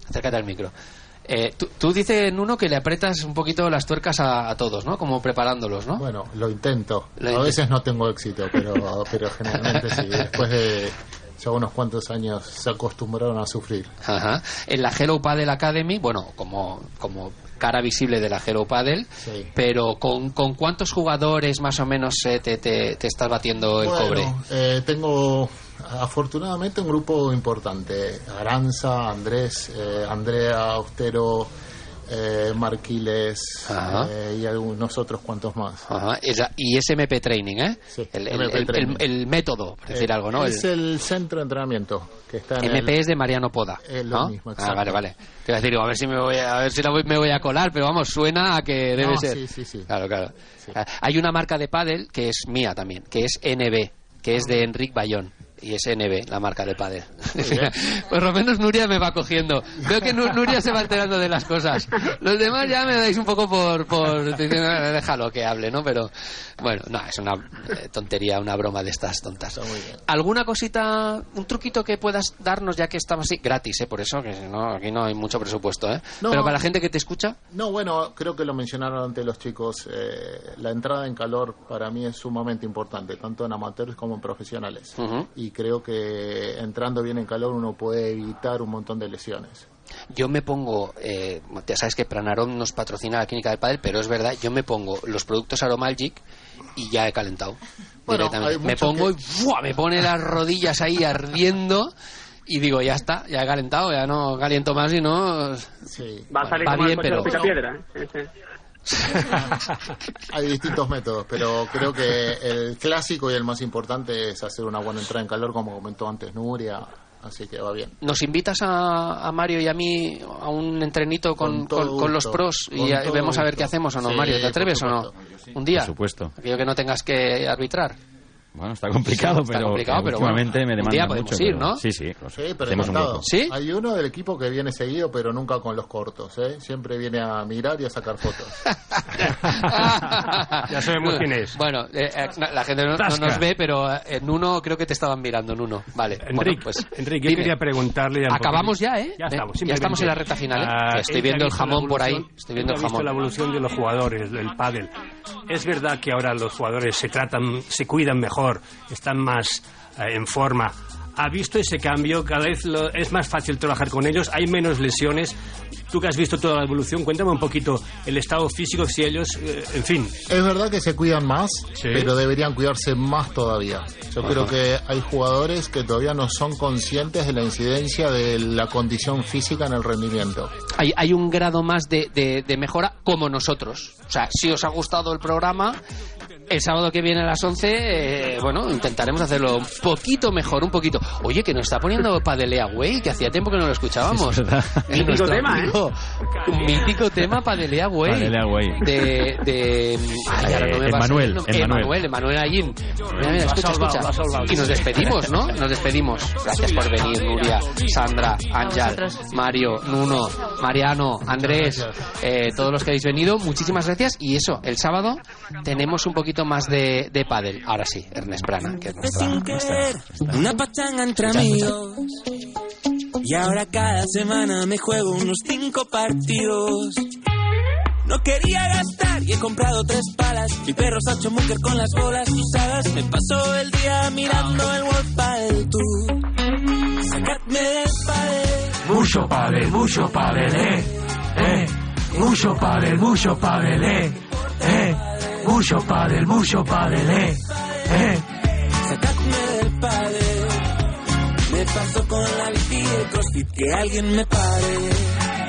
acércate al micro. Eh, tú, tú dices, Nuno, que le aprietas un poquito las tuercas a, a todos, ¿no? Como preparándolos, ¿no?
Bueno, lo intento. a veces no tengo éxito, pero, pero generalmente sí. Después de ya unos cuantos años se acostumbraron a sufrir.
Ajá. En la Hello Paddle Academy, bueno, como, como cara visible de la Hello Paddle,
Sí.
pero ¿con, con cuántos jugadores más o menos eh, te, te- te estás batiendo el
Bueno,
cobre?
eh, tengo afortunadamente un grupo importante. Aranza, Andrés, eh, Andrea, Austero, eh, Marquiles
Ajá.
eh, y algunos otros cuantos más.
Ajá. Esa- y es MP Training, ¿eh? el, el-
MP
el-
Training.
el- el método, por decir
Eh,
algo, ¿no? El-
Es el centro de entrenamiento que está en
MP
el-
es de Mariano Poda.
Es lo
¿no?
mismo,
ah,
exacto.
vale, vale. Te iba a decir, digo, a ver si me voy a, a ver si la voy- me voy a colar, pero vamos, suena a que debe
No,
ser.
sí, sí, sí.
Claro, claro. Ah, Hay una marca de pádel que es mía también, que es NB, que es
Ah.
de Enric Bayón. Y es NB, la marca de pádel. Por lo menos Nuria me va cogiendo. Veo que Nu- Nuria se va enterando de las cosas. Los demás ya me dais un poco por... por diciendo, "Ah, déjalo que hable, ¿no? Pero bueno, no, es una eh, tontería, una broma de estas tontas. ¿Alguna cosita, un truquito que puedas darnos ya que estamos así? Gratis, ¿eh? Por eso, que si no, aquí no hay mucho presupuesto, ¿eh?
No.
Pero para la gente que te escucha...
No, bueno, creo que lo mencionaron antes los chicos. eh, la entrada en calor para mí es sumamente importante, tanto en amateurs como en profesionales.
Ujú.
Y creo que entrando bien en calor uno puede evitar un montón de lesiones.
yo me pongo, eh, ya sabes que Pranarom nos patrocina la clínica del padre, pero es verdad, yo me pongo los productos Aromalgic y ya he calentado.
Bueno,
directamente.
hay
me
mucho
pongo
que-
y ¡fua! me pone las rodillas ahí ardiendo y digo, ya está, ya he calentado, ya no caliento más y no...
Va a
salir
va
como
bien,
el coche
pero...
de picapiedra. ¿eh? Sí, sí.
Hay distintos métodos, pero creo que el clásico y el más importante es hacer una buena entrada en calor, como comentó antes Nuria. Así que va bien.
Nos invitas a, a Mario y a mí a un entrenito con,
Con todo
con- con los
gusto.
pros y
Con
a-
todo
vemos a ver
gusto.
qué hacemos o no,
Sí,
Mario. ¿Te
por
atreves o no? Un día.
Por supuesto.
Aquello que no tengas que arbitrar.
Bueno, está complicado,
Está
pero,
complicado,
eh,
pero
últimamente
bueno,
me
un
demanda
día podemos
mucho.
ir,
pero-
¿no?
Sí, sí. lo sé.
Sí, pero
Hacemos un
contado.
hueco.
Hay uno del equipo que viene seguido, pero nunca con los cortos. ¿eh? Siempre viene a mirar y a sacar fotos.
ya
sabemos quién es.
Bueno, eh, eh, no, la gente no, no
Tasca.
nos ve, pero eh, en uno creo que te estaban mirando, en uno. Vale. bueno,
Enrique,
pues,
Enrique, yo
dime.
quería preguntarle. a-
Acabamos ya, ¿eh?
Ya
Eh,
estamos,
ya estamos en la recta final, ¿eh?
Ah,
Estoy
él ya
viendo
ha
el
visto la
jamón por ahí.
evolución,
Estoy viendo
él
el
ya ha visto
jamón.
la evolución de los jugadores, del pádel. Es verdad que ahora los jugadores se tratan, se cuidan mejor, están más eh, en forma. ¿Ha visto ese cambio? Cada vez lo- es más fácil trabajar con ellos, hay menos lesiones. Tú que has visto toda la evolución, cuéntame un poquito el estado físico, si ellos, eh, en fin,
Es verdad que se cuidan más, pero deberían cuidarse más todavía. Yo
Ajá.
creo que hay jugadores que todavía no son conscientes de la incidencia de la condición física en el rendimiento.
Hay, hay un grado más de, de- de mejora como nosotros. O sea, si os ha gustado el programa, el sábado que viene a las 11, eh, bueno, intentaremos hacerlo un poquito mejor, un poquito. Oye, que nos está poniendo Padelea Way, que hacía tiempo que no lo escuchábamos. Y
Mítico
nuestro
tema, ¿eh?
amigo, un mítico tema Padelea Way.
Padelea Way.
De... de ay, ahora no me
Eh,
va a salir
Emmanuel,
el nombre.
Emmanuel.
Emmanuel, Emmanuel Allín. Mira, mira,
Lo has
escucha,
salvado,
escucha.
lo has salvado.
Y nos despedimos, ¿no? Nos despedimos. Gracias por venir, Nuria, Sandra, Ángel, Mario, Nuno, Mariano, Andrés, eh, todos los que habéis venido. Muchísimas gracias. Y eso, el sábado tenemos un poquito más de, de pádel. Ahora sí, Ernest Prana, que es nuestra-
sin querer una pachanga entre amigos. Y ahora cada semana me juego unos cinco partidos. No quería gastar y he comprado tres palas. Mi perro Sacho Mucker con las bolas usadas. Me pasó el día mirando el World Padel Tour. Sacadme del padel.
Mucho padre, mucho padre, eh, eh. Mucho padre, mucho padre, eh, eh. Mucho padre, mucho padre, eh, eh.
Sacadme del padel. Me pasó con la bici y el crossfit que alguien me pare.